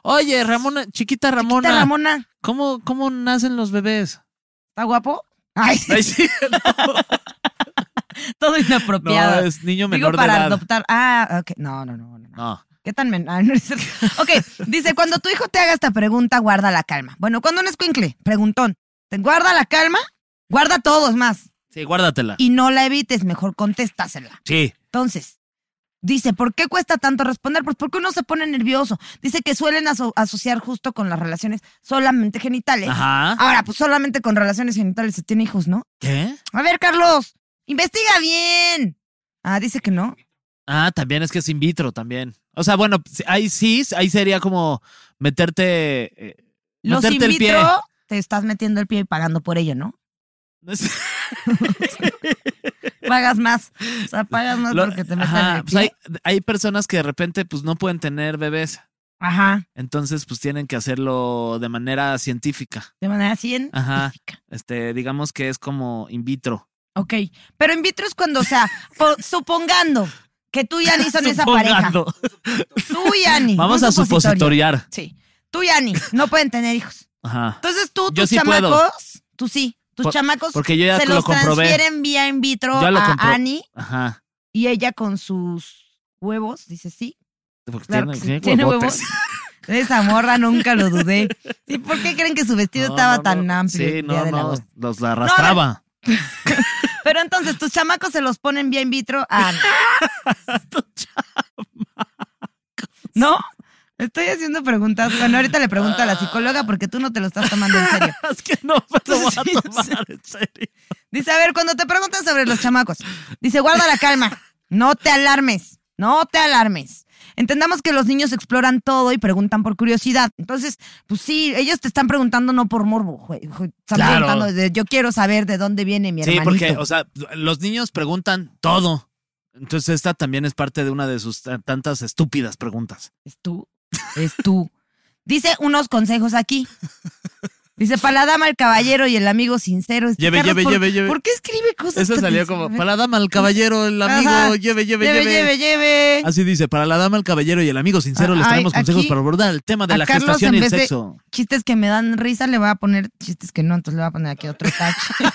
Speaker 2: Oye, Ramona, chiquita Ramona,
Speaker 3: Chiquita Ramona,
Speaker 2: ¿cómo, ¿cómo nacen los bebés?
Speaker 3: ¿está guapo? Ay,
Speaker 2: [LAUGHS] Ay, sí,
Speaker 3: [LAUGHS] todo
Speaker 2: no,
Speaker 3: inapropiado.
Speaker 2: es niño
Speaker 3: Digo
Speaker 2: menor de
Speaker 3: para
Speaker 2: edad.
Speaker 3: adoptar. Ah, ok. No, no, no, no. no.
Speaker 2: No.
Speaker 3: ¿Qué tan men- ah, no es cierto. Ok, dice, cuando tu hijo te haga esta pregunta, guarda la calma. Bueno, cuando un escuincle, preguntón, te guarda la calma, guarda todos más
Speaker 2: Sí, guárdatela.
Speaker 3: y no la evites, mejor contéstasela.
Speaker 2: Sí.
Speaker 3: Entonces, dice, ¿por qué cuesta tanto responder? Pues porque uno se pone nervioso. Dice que suelen aso- asociar justo con las relaciones solamente genitales.
Speaker 2: Ajá.
Speaker 3: Ahora, pues solamente con relaciones genitales se tiene hijos, ¿no?
Speaker 2: ¿Qué?
Speaker 3: A ver, Carlos, investiga bien. Ah, dice que no.
Speaker 2: Ah, también es que es in vitro también. O sea, bueno, sí, ahí sí, ahí sería como meterte. eh,
Speaker 3: Los
Speaker 2: meterte
Speaker 3: in
Speaker 2: el pie. [LAUGHS]
Speaker 3: vitro, te estás metiendo el pie y pagando por ello, ¿no? pagas más. O sea, pagas más
Speaker 2: Lo-
Speaker 3: Ah, porque te meten
Speaker 2: ajá,
Speaker 3: el
Speaker 2: pues
Speaker 3: pie.
Speaker 2: hay, hay personas que de repente pues no pueden tener bebés.
Speaker 3: Ajá,
Speaker 2: Entonces, pues tienen que hacerlo de manera científica.
Speaker 3: de manera científica.
Speaker 2: Ajá. Este, digamos que es como in vitro.
Speaker 3: Ok. Pero in vitro es cuando, o sea, po- supongando que tú y Ani son esa
Speaker 2: [LAUGHS]
Speaker 3: pareja.
Speaker 2: Supongando.
Speaker 3: Tú y Ani.
Speaker 2: Vamos
Speaker 3: un
Speaker 2: a
Speaker 3: supositorio.
Speaker 2: supositoriar.
Speaker 3: Sí. Tú y Ani no pueden tener hijos.
Speaker 2: Ajá.
Speaker 3: Entonces tú,
Speaker 2: Yo
Speaker 3: tus
Speaker 2: sí
Speaker 3: chamacos,
Speaker 2: puedo.
Speaker 3: tú sí, tus
Speaker 2: Por-
Speaker 3: chamacos
Speaker 2: Porque yo ya
Speaker 3: se
Speaker 2: lo
Speaker 3: los
Speaker 2: comprobé.
Speaker 3: transfieren vía in vitro
Speaker 2: Ya lo
Speaker 3: a
Speaker 2: compro-
Speaker 3: Ani
Speaker 2: Ajá.
Speaker 3: y ella con sus huevos, dice sí,
Speaker 2: Porque
Speaker 3: Claro que
Speaker 2: tiene, tiene
Speaker 3: sí, tiene
Speaker 2: huevotes.
Speaker 3: [LAUGHS] Esa morra nunca lo dudé. ¿Y por qué creen que su vestido
Speaker 2: No,
Speaker 3: estaba
Speaker 2: no,
Speaker 3: tan
Speaker 2: no.
Speaker 3: amplio?
Speaker 2: Sí,
Speaker 3: el día
Speaker 2: no,
Speaker 3: de la
Speaker 2: no.
Speaker 3: boda?
Speaker 2: Los la arrastraba.
Speaker 3: Pero entonces tus chamacos se los ponen bien vitro
Speaker 2: [LAUGHS]
Speaker 3: a. ¿No? Estoy haciendo preguntas. Bueno, ahorita le pregunto a la psicóloga porque tú no te lo estás tomando en serio.
Speaker 2: es que
Speaker 3: [LAUGHS]
Speaker 2: no me lo voy
Speaker 3: Sí,
Speaker 2: a
Speaker 3: o
Speaker 2: tomar en [LAUGHS] serio.
Speaker 3: Dice, a ver, cuando te preguntan sobre los chamacos, dice, guarda la calma, no te alarmes, no te alarmes. Entendamos que los niños exploran todo y preguntan por curiosidad. Entonces, pues sí, ellos te están preguntando no por morbo, güey. Están
Speaker 2: Claro.
Speaker 3: preguntando de, yo quiero saber de dónde viene mi
Speaker 2: Sí,
Speaker 3: hermanito.
Speaker 2: porque, o sea, los niños preguntan todo. Entonces, esta también es parte de una de sus t- tantas estúpidas preguntas.
Speaker 3: ¿Es tú? Es tú. Dice unos consejos aquí. Dice, para la dama, el caballero y el amigo sincero. Este,
Speaker 2: Lleve,
Speaker 3: Carlos,
Speaker 2: lleve,
Speaker 3: ¿por-
Speaker 2: lleve, lleve.
Speaker 3: ¿Por qué escribe cosas?
Speaker 2: Esa
Speaker 3: tan
Speaker 2: salió
Speaker 3: sencillas?
Speaker 2: como, para la dama, el caballero, el amigo,
Speaker 3: Ajá.
Speaker 2: lleve, lleve,
Speaker 3: Lleve, lleve, lleve.
Speaker 2: Así dice, para la dama, el caballero y el amigo sincero,
Speaker 3: Ah,
Speaker 2: les
Speaker 3: ay,
Speaker 2: traemos consejos
Speaker 3: aquí,
Speaker 2: para abordar el tema de
Speaker 3: a
Speaker 2: la
Speaker 3: Carlos,
Speaker 2: gestación y
Speaker 3: en
Speaker 2: el
Speaker 3: vez de-
Speaker 2: sexo.
Speaker 3: Chistes que me dan risa, le voy a poner chistes que no, entonces le voy a poner aquí otro
Speaker 2: [LAUGHS]
Speaker 3: touch.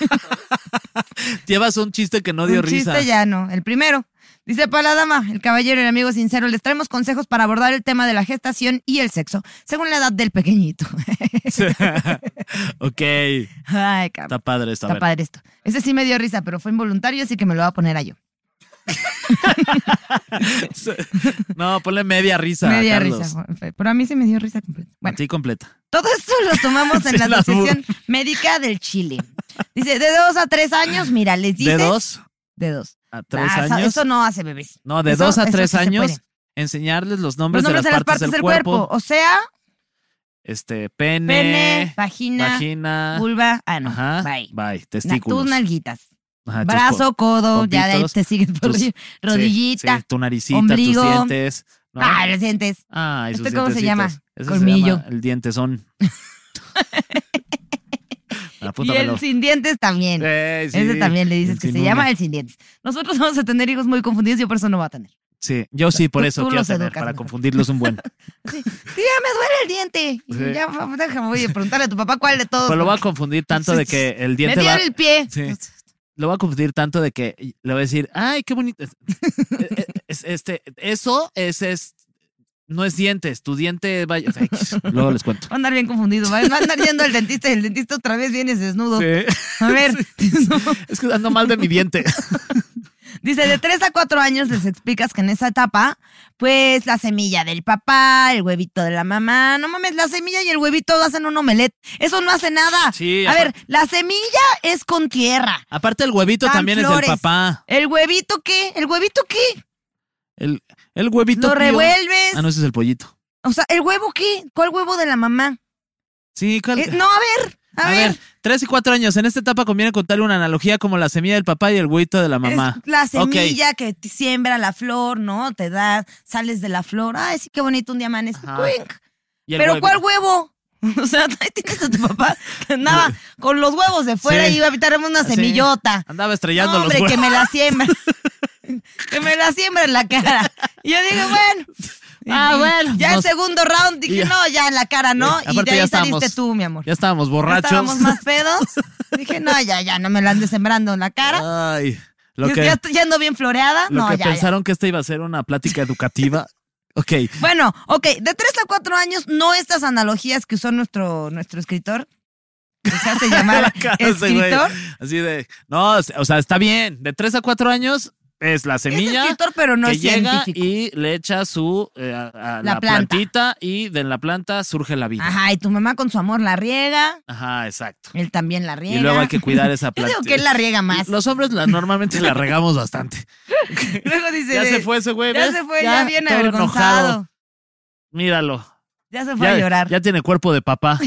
Speaker 2: Llevas un chiste que no dio
Speaker 3: Un chiste
Speaker 2: risa.
Speaker 3: ya no, el primero. Dice, para la dama, el caballero y el amigo sincero, les traemos consejos para abordar el tema de la gestación y el sexo, según la edad del pequeñito. [LAUGHS]
Speaker 2: [LAUGHS] ok,
Speaker 3: Ay, cabrón.
Speaker 2: está padre esta. a
Speaker 3: Está
Speaker 2: ver.
Speaker 3: padre esto. Ese sí me dio risa, pero fue involuntario, así que me lo voy a poner a yo.
Speaker 2: [LAUGHS] No, ponle media risa.
Speaker 3: Media
Speaker 2: Carlos.
Speaker 3: risa. fue- Pero a mí se me dio risa completa. Bueno,
Speaker 2: A ti completa.
Speaker 3: todo esto lo
Speaker 2: [LAUGHS]
Speaker 3: tomamos en
Speaker 2: Sí,
Speaker 3: la
Speaker 2: la bu-
Speaker 3: Asociación Médica del Chile. Dice, de dos a tres años, mira, les dices.
Speaker 2: De dos
Speaker 3: De dos.
Speaker 2: a tres
Speaker 3: Ah, eso-
Speaker 2: años.
Speaker 3: Eso no hace bebés.
Speaker 2: no, de
Speaker 3: eso-
Speaker 2: dos a
Speaker 3: eso
Speaker 2: tres
Speaker 3: sí se
Speaker 2: años.
Speaker 3: puede.
Speaker 2: Enseñarles los
Speaker 3: Los
Speaker 2: nombres,
Speaker 3: nombres
Speaker 2: de las partes, del cuerpo.
Speaker 3: O sea,
Speaker 2: Este, pene,
Speaker 3: pene, vagina,
Speaker 2: vagina,
Speaker 3: vulva. Ah, no.
Speaker 2: ajá,
Speaker 3: bye. Na-
Speaker 2: testículos.
Speaker 3: Tus nalguitas.
Speaker 2: Ajá, tus
Speaker 3: Brazo, codo, ya de ahí
Speaker 2: pompitos,
Speaker 3: te sigues por
Speaker 2: tus-
Speaker 3: arriba,
Speaker 2: po- sí,
Speaker 3: rodillita.
Speaker 2: sí, tu naricita,
Speaker 3: ombligo.
Speaker 2: tus dientes. ¿no?
Speaker 3: Ah, los dientes.
Speaker 2: Ay, sus
Speaker 3: ¿esto cómo se
Speaker 2: dientecitos.
Speaker 3: llama?
Speaker 2: Eso
Speaker 3: Colmillo.
Speaker 2: se llama el
Speaker 3: [LAUGHS]
Speaker 2: dientezón.
Speaker 3: Y
Speaker 2: Apúntamelo.
Speaker 3: el sin dientes también.
Speaker 2: Ey, sí,
Speaker 3: Ese también le dices
Speaker 2: el
Speaker 3: que se
Speaker 2: sin
Speaker 3: llama
Speaker 2: uña.
Speaker 3: el sin dientes. Nosotros [LAUGHS] vamos a tener hijos muy confundidos, yo por eso no voy a tener.
Speaker 2: Sí, yo sí, por
Speaker 3: Tú-
Speaker 2: eso
Speaker 3: tú
Speaker 2: quiero
Speaker 3: los
Speaker 2: tener,
Speaker 3: educas
Speaker 2: para
Speaker 3: mejor.
Speaker 2: confundirlos un buen.
Speaker 3: Sí, ya me duele el diente. Y
Speaker 2: Sí.
Speaker 3: Ya, fa- déjame, voy a preguntarle a tu papá cuál de todos.
Speaker 2: Pero lo voy a confundir tanto de que el
Speaker 3: Me
Speaker 2: diente
Speaker 3: dio
Speaker 2: va...
Speaker 3: el pie.
Speaker 2: Sí. Lo voy a confundir tanto de que le voy a decir, ay, qué bonito. Es-
Speaker 3: [LAUGHS]
Speaker 2: es- este, eso es, es- no es dientes, tu diente vaya. Luego les cuento.
Speaker 3: Va a andar bien confundido. Va va a andar yendo al dentista y el dentista otra vez vienes desnudo. A ver,
Speaker 2: [LAUGHS] Es que ando mal de mi diente.
Speaker 3: [LAUGHS] dice, de 3 a 4 años les explicas que en esa etapa, pues la semilla del papá, el huevito de la mamá, no mames, la semilla y el huevito hacen un omelette. Eso no hace nada.
Speaker 2: Sí,
Speaker 3: a
Speaker 2: apar-
Speaker 3: ver, la semilla es con tierra.
Speaker 2: Aparte, el huevito
Speaker 3: Dan
Speaker 2: también
Speaker 3: flores.
Speaker 2: es del papá.
Speaker 3: ¿El huevito qué? ¿El huevito qué?
Speaker 2: El, el huevito.
Speaker 3: Lo
Speaker 2: tío.
Speaker 3: revuelves.
Speaker 2: Ah, no, ese es el pollito.
Speaker 3: O sea, ¿el huevo qué? ¿Cuál huevo de la mamá?
Speaker 2: Sí, ¿cuál-
Speaker 3: Eh, no, a ver, a,
Speaker 2: A
Speaker 3: ver.
Speaker 2: ver, tres y cuatro años. En esta etapa conviene contarle una analogía como la semilla del papá y el huevito de la mamá.
Speaker 3: Es la
Speaker 2: Ok.
Speaker 3: semilla que te siembra la flor, ¿no? Te da, sales de la flor. Ay, sí, qué bonito un día amanece.
Speaker 2: Ajá.
Speaker 3: Cuinc.
Speaker 2: Y el
Speaker 3: Pero
Speaker 2: huevo-
Speaker 3: ¿cuál huevo? [LAUGHS] O sea, ahí tienes a tu papá que andaba con los huevos de fuera
Speaker 2: Sí.
Speaker 3: y iba a evitarme una
Speaker 2: Sí.
Speaker 3: semillota.
Speaker 2: Andaba estrellando los
Speaker 3: No, hombre,
Speaker 2: huevos.
Speaker 3: que me
Speaker 2: [LAUGHS]
Speaker 3: la siembra. que me la siembra en la cara. Y yo dije, bueno.
Speaker 2: [LAUGHS] Ah, bueno,
Speaker 3: Ya
Speaker 2: nos-
Speaker 3: el segundo round dije,
Speaker 2: Ya.
Speaker 3: no, ya en la cara, ¿no? Y
Speaker 2: Aparte,
Speaker 3: de ahí
Speaker 2: ya
Speaker 3: saliste
Speaker 2: estábamos-
Speaker 3: tú, mi amor.
Speaker 2: Ya estábamos
Speaker 3: Ya
Speaker 2: borrachos.
Speaker 3: estábamos
Speaker 2: [LAUGHS]
Speaker 3: más pedos. Dije, no, ya, ya, no me la andes sembrando en la cara.
Speaker 2: Ay, lo
Speaker 3: Y es
Speaker 2: que,
Speaker 3: que ya, ya ando bien floreada.
Speaker 2: lo
Speaker 3: no,
Speaker 2: que
Speaker 3: ya, ya.
Speaker 2: pensaron que esta iba a ser una plática educativa. [LAUGHS] ok,
Speaker 3: Bueno, ok, de 3 a 4 años, no estas analogías que usó nuestro, nuestro escritor, que
Speaker 2: [LAUGHS]
Speaker 3: se hace llamar
Speaker 2: cara de ese güey.
Speaker 3: escritor.
Speaker 2: así de, no, o sea, está bien, de 3 a 4 años es la
Speaker 3: Es
Speaker 2: semilla
Speaker 3: escritor, pero no
Speaker 2: que
Speaker 3: es
Speaker 2: llega
Speaker 3: científico.
Speaker 2: y le echa su, eh, a- a la,
Speaker 3: La planta.
Speaker 2: plantita y de la planta surge la vida. Ajá,
Speaker 3: Ajá, y tu mamá con su amor la riega,
Speaker 2: exacto.
Speaker 3: él también la riega.
Speaker 2: Y luego hay que cuidar esa
Speaker 3: [LAUGHS] Yo
Speaker 2: planta.
Speaker 3: digo que él la riega más.
Speaker 2: Los hombres la- normalmente la regamos bastante.
Speaker 3: [LAUGHS] Luego dice,
Speaker 2: ya se fue ese güey.
Speaker 3: ya
Speaker 2: ¿ves?
Speaker 3: se fue, ya bien
Speaker 2: todo
Speaker 3: avergonzado.
Speaker 2: enojado. Míralo.
Speaker 3: Ya se fue
Speaker 2: Ya,
Speaker 3: a llorar.
Speaker 2: ya tiene cuerpo de [LAUGHS] papá.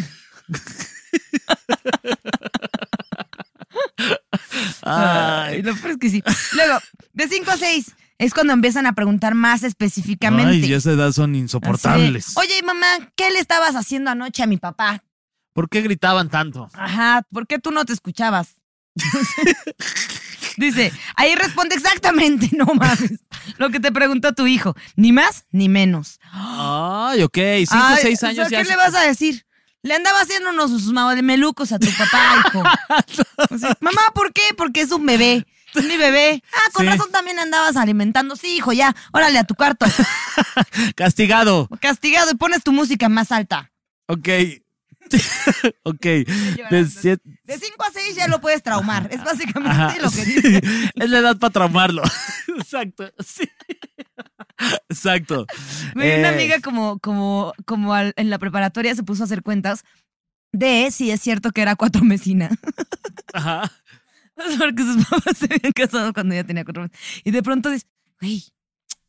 Speaker 3: Ay,
Speaker 2: Ay,
Speaker 3: Ah, lo peor es que sí. Luego, de 5 a 6 es cuando empiezan a preguntar más específicamente.
Speaker 2: ay, y esa edad son
Speaker 3: Así de,
Speaker 2: insoportables.
Speaker 3: Oye, mamá, ¿qué le estabas haciendo anoche a mi papá?
Speaker 2: ¿Por qué gritaban tanto?
Speaker 3: Ajá, ¿por qué tú no te escuchabas? Dice, ahí responde exactamente, no mames, lo que te preguntó tu hijo, ni más ni menos.
Speaker 2: Ay, ok, cinco o
Speaker 3: Ah. Ay,
Speaker 2: seis
Speaker 3: o sea,
Speaker 2: años ya.
Speaker 3: ¿Qué le vas a decir? Le andaba haciendo unos sus melucos a tu papá,
Speaker 2: [LAUGHS]
Speaker 3: hijo. O sea, Mamá, ¿por qué? Porque es un bebé. Es mi bebé. Ah, con
Speaker 2: Sí.
Speaker 3: razón también andabas alimentando. Sí, hijo, ya. Órale a tu cuarto.
Speaker 2: Castigado.
Speaker 3: Castigado y pones tu música más alta.
Speaker 2: Ok. [LAUGHS] ok. De siete-
Speaker 3: De 5 a 6 ya lo puedes traumar. Es básicamente
Speaker 2: Ajá,
Speaker 3: lo que
Speaker 2: sí.
Speaker 3: dice.
Speaker 2: [LAUGHS] Es la edad para traumarlo. [LAUGHS] Exacto. Sí. Exacto.
Speaker 3: Me dio una
Speaker 2: Eh,
Speaker 3: amiga como, como, como al- en la preparatoria se puso a hacer cuentas de si es cierto que era cuatro mesina. [LAUGHS]
Speaker 2: Ajá.
Speaker 3: Porque sus papás [LAUGHS] se habían casado cuando ella tenía cuatro meses. Y de pronto dice, güey,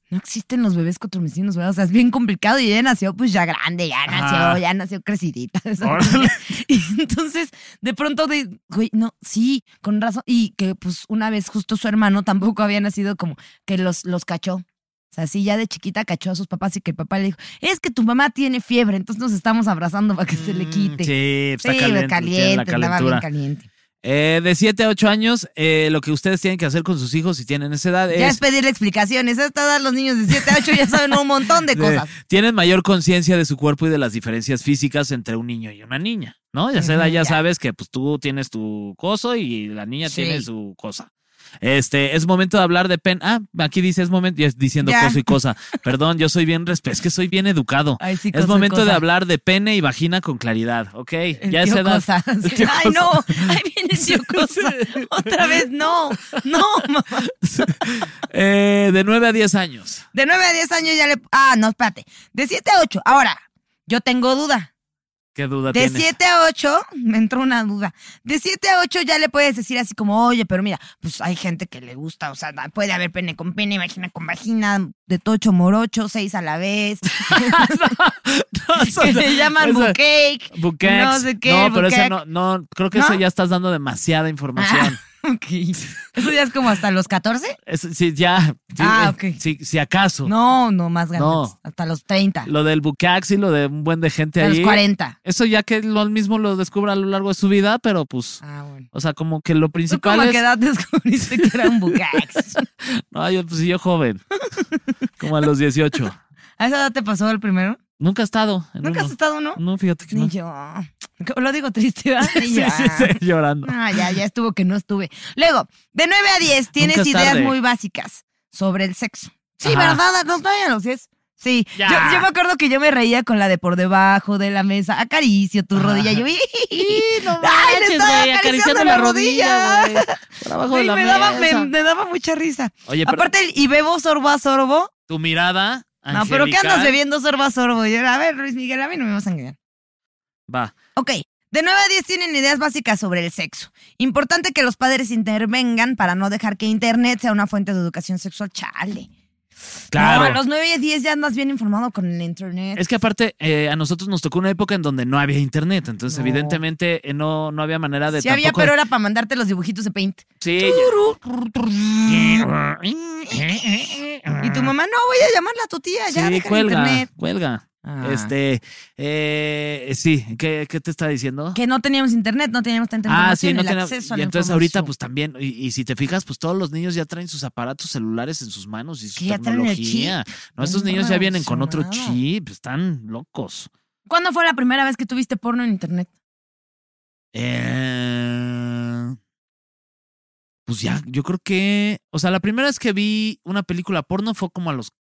Speaker 3: no existen los bebés cuatro mesinos, güey. O sea, es bien complicado. Y ella nació pues ya grande, ya nació,
Speaker 2: Ajá.
Speaker 3: ya nació crecidita. [LAUGHS]
Speaker 2: Órale.
Speaker 3: Y entonces, de pronto, de, güey, no, sí, con razón. Y que pues una vez justo su hermano tampoco había nacido como que los, los cachó. O sea, sí, ya de chiquita cachó a sus papás y que el papá le dijo, es que tu mamá tiene fiebre, entonces nos estamos abrazando para [LAUGHS] que se le quite.
Speaker 2: Mm, Sí, está
Speaker 3: Sí,
Speaker 2: caliente.
Speaker 3: caliente,
Speaker 2: tiene la
Speaker 3: andaba bien
Speaker 2: calentura.
Speaker 3: caliente.
Speaker 2: Eh, de 7 a 8 años, eh, lo que ustedes tienen que hacer con sus hijos si tienen esa edad
Speaker 3: Ya
Speaker 2: es...
Speaker 3: es pedirle explicaciones. A esta edad los niños de 7 a 8 ya saben un montón de
Speaker 2: de-
Speaker 3: cosas.
Speaker 2: eh, tienen mayor conciencia de su cuerpo y de las diferencias físicas entre un niño y una niña, ¿no? Ya, esa edad
Speaker 3: Ujú,
Speaker 2: ya
Speaker 3: ya.
Speaker 2: sabes que pues tú tienes tu coso y la niña
Speaker 3: Sí.
Speaker 2: tiene su cosa. Este, es momento de hablar de pen. Ah, aquí dice es momento, y es diciendo
Speaker 3: Ya.
Speaker 2: cosa y
Speaker 3: [LAUGHS]
Speaker 2: cosa. Perdón, yo soy bien respeto, es que soy bien educado.
Speaker 3: Ay, sí, cosa
Speaker 2: es
Speaker 3: y
Speaker 2: momento
Speaker 3: cosa.
Speaker 2: de hablar de pene y vagina con claridad, ¿ok?
Speaker 3: El
Speaker 2: ya es
Speaker 3: tío
Speaker 2: edad.
Speaker 3: Cosa.
Speaker 2: El tío
Speaker 3: Ay,
Speaker 2: Cosa.
Speaker 3: no. Ahí viene el tío Cosa. Otra vez, no. No, mamá.
Speaker 2: [LAUGHS] Eh, de 9 a 10 años.
Speaker 3: De 9 a 10 años ya le. Ah, no, espérate. De 7 a 8. Ahora, yo tengo duda.
Speaker 2: ¿Qué duda
Speaker 3: De
Speaker 2: tienes?
Speaker 3: 7 a 8, [LAUGHS] me entró una duda. De 7 a 8 ya le puedes decir así como, oye, pero mira, pues hay gente que le gusta, o sea, puede haber pene con pene, vagina con vagina, de tocho morocho, seis a la vez,
Speaker 2: No, [LAUGHS] eso
Speaker 3: que
Speaker 2: no-
Speaker 3: le llaman
Speaker 2: eso-
Speaker 3: bucake.
Speaker 2: Buquex.
Speaker 3: No sé qué,
Speaker 2: No, pero ese
Speaker 3: buquex. [LAUGHS]
Speaker 2: no, no, creo que
Speaker 3: ¿No? Ah.
Speaker 2: eso ya estás dando demasiada información.
Speaker 3: Ok. ¿Eso ya es como hasta los 14?
Speaker 2: Eso sí, ya. sí,
Speaker 3: Ah,
Speaker 2: eh,
Speaker 3: ok.
Speaker 2: Si, si acaso.
Speaker 3: No, no, más grandes.
Speaker 2: No.
Speaker 3: Hasta los 30.
Speaker 2: Lo del bucax y lo de un buen de gente
Speaker 3: hasta
Speaker 2: ahí.
Speaker 3: los 40.
Speaker 2: Eso ya que lo mismo lo descubra a lo largo de su vida, pero pues.
Speaker 3: Ah, bueno.
Speaker 2: O sea, como que lo
Speaker 3: ¿Tú
Speaker 2: principal
Speaker 3: cómo a
Speaker 2: es.
Speaker 3: qué edad descubriste que era un bucax? [LAUGHS]
Speaker 2: No, yo, pues yo joven. como a los 18.
Speaker 3: ¿A esa edad te pasó el primero?
Speaker 2: Nunca he estado. en
Speaker 3: ¿Nunca has
Speaker 2: uno.
Speaker 3: estado uno?
Speaker 2: No, fíjate que
Speaker 3: Ni
Speaker 2: no.
Speaker 3: yo. Lo digo triste, ¿verdad?
Speaker 2: [LAUGHS]
Speaker 3: Ni
Speaker 2: Sí,
Speaker 3: yo.
Speaker 2: sí, sí, llorando.
Speaker 3: Ah, ya, ya estuvo que no estuve. Luego, de 9 a 10 tienes
Speaker 2: Nunca es
Speaker 3: ideas
Speaker 2: tarde.
Speaker 3: muy básicas sobre el sexo. Sí,
Speaker 2: Ajá.
Speaker 3: ¿verdad? A Los 9 a los 10. Sí, yo,
Speaker 2: Ya.
Speaker 3: yo me acuerdo que yo me reía con la de por debajo de la mesa, acaricio tu rodilla, yo, ¡ay, le
Speaker 2: Manches,
Speaker 3: estaba
Speaker 2: güey,
Speaker 3: acariciando la rodilla!
Speaker 2: güey. Por abajo de
Speaker 3: Sí,
Speaker 2: la
Speaker 3: me, daba, me-
Speaker 2: mesa.
Speaker 3: me daba mucha risa.
Speaker 2: Oye, pero
Speaker 3: Aparte, el- y bebo sorbo a sorbo.
Speaker 2: tu mirada.
Speaker 3: No, pero ¿qué andas
Speaker 2: angelical-
Speaker 3: bebiendo sorbo a sorbo? Y yo, a ver, Luis Miguel, a mí no me vas a engañar.
Speaker 2: Va.
Speaker 3: Ok, de 9 a 10 tienen ideas básicas sobre el sexo. Importante que los padres intervengan para no dejar que Internet sea una fuente de educación sexual. Chale.
Speaker 2: Claro.
Speaker 3: No, a los 9 y 10 ya andas bien informado con el Internet.
Speaker 2: Es que aparte, eh, a nosotros nos tocó una época en donde no había internet, entonces
Speaker 3: No.
Speaker 2: evidentemente eh, no, no había manera de
Speaker 3: sí había,
Speaker 2: tampoco-
Speaker 3: pero era para mandarte los dibujitos de Paint.
Speaker 2: Sí.
Speaker 3: Y tu mamá, no, voy a llamarla a tu
Speaker 2: Ah.
Speaker 3: tía, ya,
Speaker 2: sí,
Speaker 3: deja el
Speaker 2: cuelga,
Speaker 3: Internet.
Speaker 2: cuelga.
Speaker 3: Ah.
Speaker 2: Este, eh, sí, ¿qué, qué te está diciendo?
Speaker 3: Que no teníamos Internet, no teníamos tanta información,
Speaker 2: Ah, sí, no
Speaker 3: el
Speaker 2: tiene-
Speaker 3: acceso a
Speaker 2: Y
Speaker 3: la
Speaker 2: entonces ahorita,
Speaker 3: información.
Speaker 2: pues también, y, y si te fijas, pues todos los niños ya traen sus aparatos celulares en sus manos y su
Speaker 3: Que ya traen el
Speaker 2: tecnología. No, estos
Speaker 3: No,
Speaker 2: niños ya vienen con otro
Speaker 3: revolucionado.
Speaker 2: chip, están locos.
Speaker 3: ¿Cuándo fue la primera vez que tuviste porno en Internet?
Speaker 2: Eh, pues ya, yo creo que. O sea, la primera vez que vi una película porno fue como a los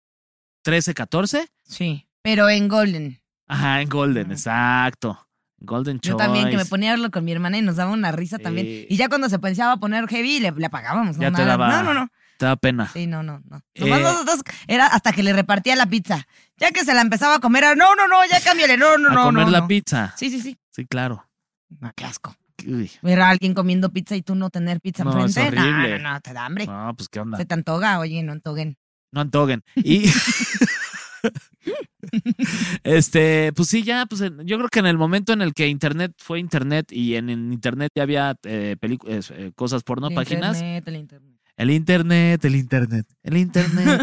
Speaker 2: 13, 14.
Speaker 3: Sí. Pero en Golden.
Speaker 2: Ajá, en Golden,
Speaker 3: Ujú.
Speaker 2: exacto. Golden Choice.
Speaker 3: Yo también, que me ponía a verlo con mi hermana y nos daba una risa
Speaker 2: Sí.
Speaker 3: también. Y ya cuando se pensaba poner heavy, le, le apagábamos. ¿no?
Speaker 2: Ya te
Speaker 3: Nada.
Speaker 2: daba-
Speaker 3: No, no, no.
Speaker 2: Te da pena.
Speaker 3: Sí, no, no, no.
Speaker 2: Eh.
Speaker 3: Nomás nosotros era hasta que le repartía la pizza. Ya que se la empezaba a comer, era, no, no, no, ya cámbiale, no, no,
Speaker 2: a
Speaker 3: no.
Speaker 2: comer
Speaker 3: no,
Speaker 2: la
Speaker 3: no".
Speaker 2: pizza.
Speaker 3: Sí, sí, sí.
Speaker 2: Sí, claro.
Speaker 3: No, qué asco.
Speaker 2: Uy,
Speaker 3: Ver a alguien comiendo pizza y tú no tener pizza
Speaker 2: No, es
Speaker 3: enfrente.
Speaker 2: horrible.
Speaker 3: No, no, no, te da hambre.
Speaker 2: no, pues qué onda.
Speaker 3: Se te antoja, oye, no antoguen.
Speaker 2: No antoguen. Y. este, pues sí, ya, pues en- yo creo que en el momento en el que Internet fue Internet y en, en Internet ya había eh, pelicu- eh, eh, cosas porno,
Speaker 3: El
Speaker 2: páginas.
Speaker 3: internet, el internet.
Speaker 2: El Internet, el Internet, el Internet.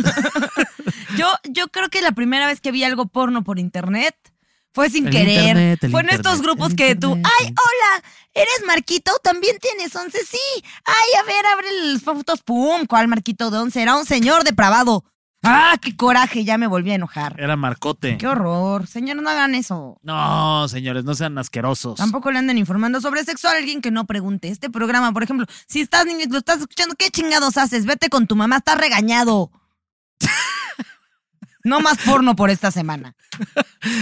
Speaker 3: Yo, yo creo que la primera vez que vi algo porno por internet fue [LAUGHS] sin
Speaker 2: El
Speaker 3: querer.
Speaker 2: internet, el
Speaker 3: fue en estos
Speaker 2: internet,
Speaker 3: grupos
Speaker 2: el
Speaker 3: que tú,
Speaker 2: internet,
Speaker 3: ay, oh".
Speaker 2: el-
Speaker 3: hola, eres Marquito, también tienes 11, sí. Ay, a ver, abre las fotos, pum, ¿cuál Marquito de 11? Era un señor depravado. Ah, qué coraje, ya me volví a enojar.
Speaker 2: Era Marcote.
Speaker 3: Qué horror. Señor, no hagan eso.
Speaker 2: No, señores, no sean asquerosos.
Speaker 3: Tampoco le anden informando sobre sexo a alguien que no pregunte. Este programa, por ejemplo, si estás niño y lo estás escuchando, ¿qué chingados haces? Vete con tu mamá, estás regañado. [LAUGHS] no más porno por esta semana.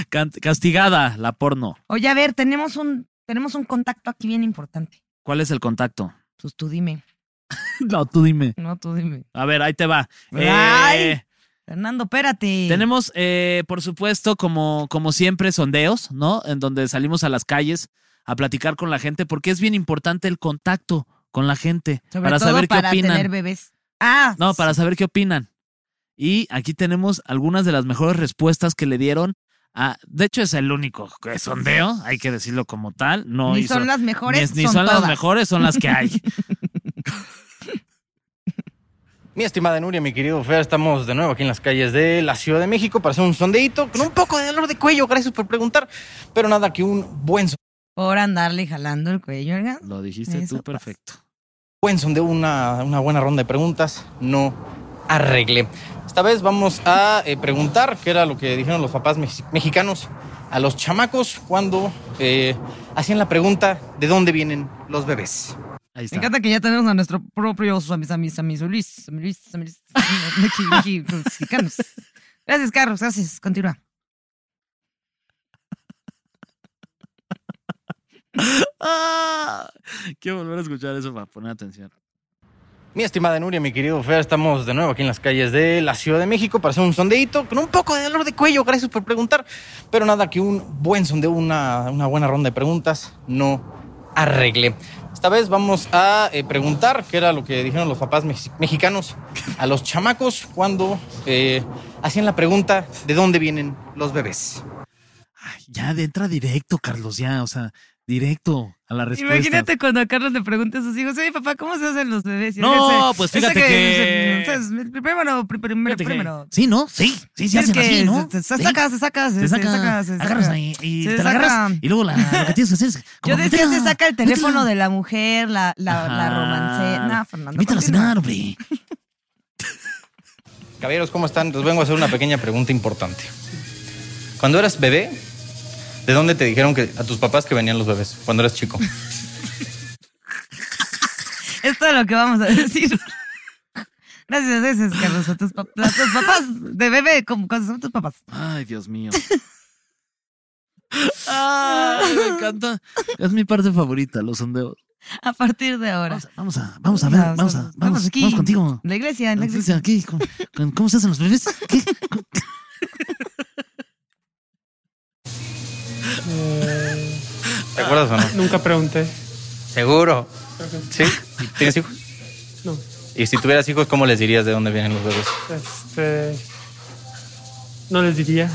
Speaker 2: Can- castigada la porno.
Speaker 3: Oye, a ver, tenemos un, tenemos un contacto aquí bien importante.
Speaker 2: ¿Cuál es el contacto? [LAUGHS]
Speaker 3: Pues tú dime.
Speaker 2: No, tú dime.
Speaker 3: No, tú dime.
Speaker 2: A ver, ahí te va. Eh,
Speaker 3: Ay. Fernando, espérate.
Speaker 2: Tenemos, eh, por supuesto, como, como siempre, sondeos, ¿no? En donde salimos a las calles a platicar con la gente, porque es bien importante el contacto con la gente
Speaker 3: Sobre
Speaker 2: para
Speaker 3: todo
Speaker 2: saber
Speaker 3: para
Speaker 2: qué opinan.
Speaker 3: tener bebés. Ah.
Speaker 2: No, para saber qué opinan. Y aquí tenemos algunas de las mejores respuestas que le dieron a. De hecho, es el único que sondeo, hay que decirlo como tal. No
Speaker 3: ni
Speaker 2: hizo-
Speaker 3: son las mejores,
Speaker 2: ni- ni
Speaker 3: son,
Speaker 2: son las
Speaker 3: todas.
Speaker 2: mejores, son las que hay.
Speaker 3: [LAUGHS]
Speaker 5: Mi estimada Nuria, mi querido Fer, estamos de nuevo aquí en las calles de la Ciudad de México para hacer un sondeíto con un poco de dolor de cuello, gracias por preguntar, pero nada que un buen, so-
Speaker 3: Por andarle jalando el cuello, ¿verdad?
Speaker 2: Lo dijiste
Speaker 3: Eso
Speaker 2: tú
Speaker 3: pasa.
Speaker 2: perfecto.
Speaker 5: buen sondeo, una, una buena ronda de preguntas, no arregle. Esta vez vamos a eh, preguntar, qué era lo que dijeron los papás mex- mexicanos a los chamacos cuando eh, hacían la pregunta de dónde vienen los bebés.
Speaker 2: Ahí
Speaker 3: Me
Speaker 2: está.
Speaker 3: encanta que ya tenemos a nuestro propio Samis, Samis, Samis, Luis, Samis, Luis, Samis, Miki, Miki, mexicanos. Gracias, Carlos, gracias. Continúa.
Speaker 2: Ah, quiero volver a escuchar eso para poner atención.
Speaker 5: Mi estimada Nuria, mi querido Fer, estamos de nuevo aquí en las calles de la Ciudad de México para hacer un sondeíto con un poco de dolor de cuello, gracias por preguntar. Pero nada, que un buen sondeo, una, una buena ronda de preguntas no arregle. Esta vez vamos a eh, preguntar, que era lo que dijeron los papás mexi- mexicanos a los chamacos cuando eh, hacían la pregunta de dónde vienen los bebés.
Speaker 2: Ay, ya entra directo, Carlos, ya, o sea, directo a la respuesta.
Speaker 3: Imagínate cuando a Carlos le pregunte a sus hijos, oye, papá, ¿cómo se hacen los bebés? Y él
Speaker 2: No,
Speaker 3: dice,
Speaker 2: pues
Speaker 3: "Ese
Speaker 2: fíjate que-
Speaker 3: o sea, es el Primero, pri- primero,
Speaker 2: Fíjate que-
Speaker 3: primero.
Speaker 2: Sí, ¿no? Sí, sí, sí,
Speaker 3: Es
Speaker 2: hacen
Speaker 3: que
Speaker 2: así, ¿no?
Speaker 3: Se, se
Speaker 2: Sí.
Speaker 3: saca, se saca, se,
Speaker 2: Te saca,
Speaker 3: se saca, se
Speaker 2: agarras
Speaker 3: saca.
Speaker 2: ahí y
Speaker 3: Se
Speaker 2: te la agarras
Speaker 3: saca.
Speaker 2: y luego la, lo que tienes que "Ah, hacer es como
Speaker 3: [LAUGHS] Yo decía,
Speaker 2: métela,
Speaker 3: se saca el teléfono
Speaker 2: métela.
Speaker 3: de la mujer, la, la, la
Speaker 2: Ajá.
Speaker 3: romance. No, Fernando.
Speaker 2: Invítala a
Speaker 3: continúa.
Speaker 2: cenar, hombre.
Speaker 5: Caballeros, ¿cómo están? Les vengo a hacer una pequeña pregunta importante. Cuando eras bebé, ¿de dónde te dijeron que, a tus papás que venían los bebés? Cuando eras chico.
Speaker 3: Esto es lo que vamos a decir. [LAUGHS] Gracias, gracias, Carlos. A tus, pap- a tus papás de bebé, como cuando son tus papás.
Speaker 2: Ay, Dios
Speaker 3: [LAUGHS]
Speaker 2: mío. Ay, me encanta. Es mi parte favorita, los sondeos.
Speaker 3: A partir de ahora.
Speaker 2: Vamos, a- vamos a, vamos a ver,
Speaker 3: Vamos,
Speaker 2: vamos a,
Speaker 3: vamos,
Speaker 2: vamos,
Speaker 3: vamos aquí.
Speaker 2: vamos contigo.
Speaker 3: La iglesia, en la iglesia.
Speaker 2: Entonces, aquí, con- con- ¿Cómo se hacen los bebés? ¿Qué?
Speaker 5: ¿Te acuerdas o no?
Speaker 6: Nunca pregunté.
Speaker 5: [LAUGHS] Seguro. ¿Sí? ¿Tienes hijos?
Speaker 6: No.
Speaker 5: Y si tuvieras hijos, ¿cómo les dirías de dónde vienen los bebés?
Speaker 6: Este. No les diría.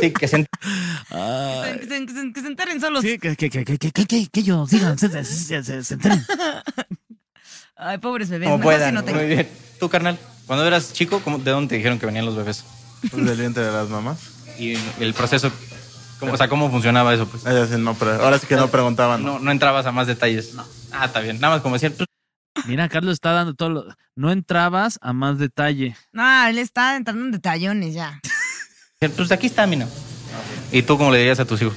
Speaker 5: Sí, que se ent-
Speaker 3: Pues Que se- que se- que se enteren solos.
Speaker 2: Sí, que, que, que, que, que, que, que, que ellos digan, se, se, se- se- se enteren.
Speaker 3: Ay, pobres bebés.
Speaker 5: como
Speaker 3: mejor si
Speaker 5: puedan.
Speaker 3: no te-
Speaker 5: Muy bien. Tú, carnal, cuando eras chico, ¿cómo- ¿de dónde te dijeron que venían los bebés?
Speaker 7: Pues del vientre de las mamás.
Speaker 5: Y el proceso, ¿cómo, o sea, ¿cómo funcionaba eso? Pues?
Speaker 7: Ellas sí Ah, no, pre- ahora sí que no preguntaban.
Speaker 5: No, no entrabas a más detalles. Ah, está bien. Nada más como decir, tú-
Speaker 2: Mira, Carlos está dando todo lo... No entrabas a más detalle.
Speaker 3: No, él está entrando en detallones ya.
Speaker 5: pues aquí está, mina. ¿Y tú cómo le dirías a tus hijos?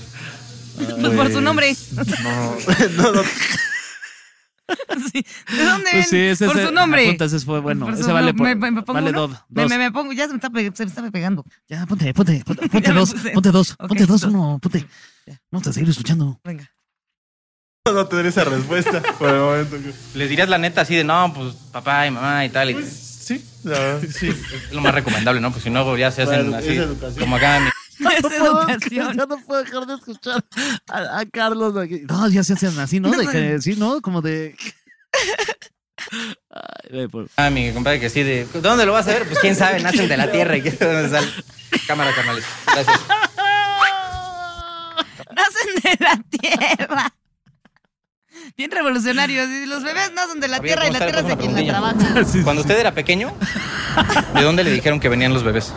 Speaker 2: Ah,
Speaker 3: Pues [LAUGHS] por su nombre.
Speaker 7: No, no, no.
Speaker 3: Sí. ¿De dónde ven?
Speaker 2: Pues sí, ese-
Speaker 3: por
Speaker 2: ese-
Speaker 3: su nombre.
Speaker 2: apunta, ese fue bueno.
Speaker 3: Por su
Speaker 2: Ese vale
Speaker 3: nombre.
Speaker 2: por-
Speaker 3: Me, me pongo
Speaker 2: vale
Speaker 3: uno.
Speaker 2: dos,
Speaker 3: Me,
Speaker 2: dos.
Speaker 3: me- me pongo, ya se me está, pe- se me está pegando.
Speaker 2: [LAUGHS] Ya, ponte, ponte, ponte, ponte
Speaker 3: Ya me
Speaker 2: dos,
Speaker 3: puse.
Speaker 2: ponte dos,
Speaker 3: Ok,
Speaker 2: ponte dos,
Speaker 3: dos.
Speaker 2: uno, ponte. Vamos a seguir [LAUGHS] escuchando.
Speaker 3: Venga. [LAUGHS]
Speaker 7: No tendría esa respuesta por el momento.
Speaker 5: ¿Les dirías la neta así de, no, pues papá y mamá y tal? Y,
Speaker 7: Sí, la verdad, sí.
Speaker 5: es lo más recomendable, ¿no? Pues si no, ya se hacen
Speaker 7: Bueno, es
Speaker 5: así.
Speaker 7: educación.
Speaker 5: Como acá. mi-
Speaker 3: Es educación. [LAUGHS]
Speaker 2: Ya no puedo dejar de escuchar a, a Carlos. aquí. No, ya se hacen así, ¿no? De que, sí, ¿no? Como de... [LAUGHS] Ay, pues, güey, por-
Speaker 5: Ah, mi compadre que sí, de "¿De dónde lo vas a ver? Pues quién sabe, nacen de la tierra y quién sabe dónde sale. Cámara, carnales. Gracias.
Speaker 3: Nacen de la tierra. Bien revolucionarios. Y los bebés nacen de la
Speaker 5: A ver,
Speaker 3: tierra y
Speaker 5: vamos
Speaker 3: la
Speaker 5: a
Speaker 3: tierra es
Speaker 5: ver,
Speaker 3: de quien la
Speaker 5: vamos a
Speaker 3: trabaja.
Speaker 5: Cuando usted era pequeño, ¿de dónde le dijeron que venían los bebés?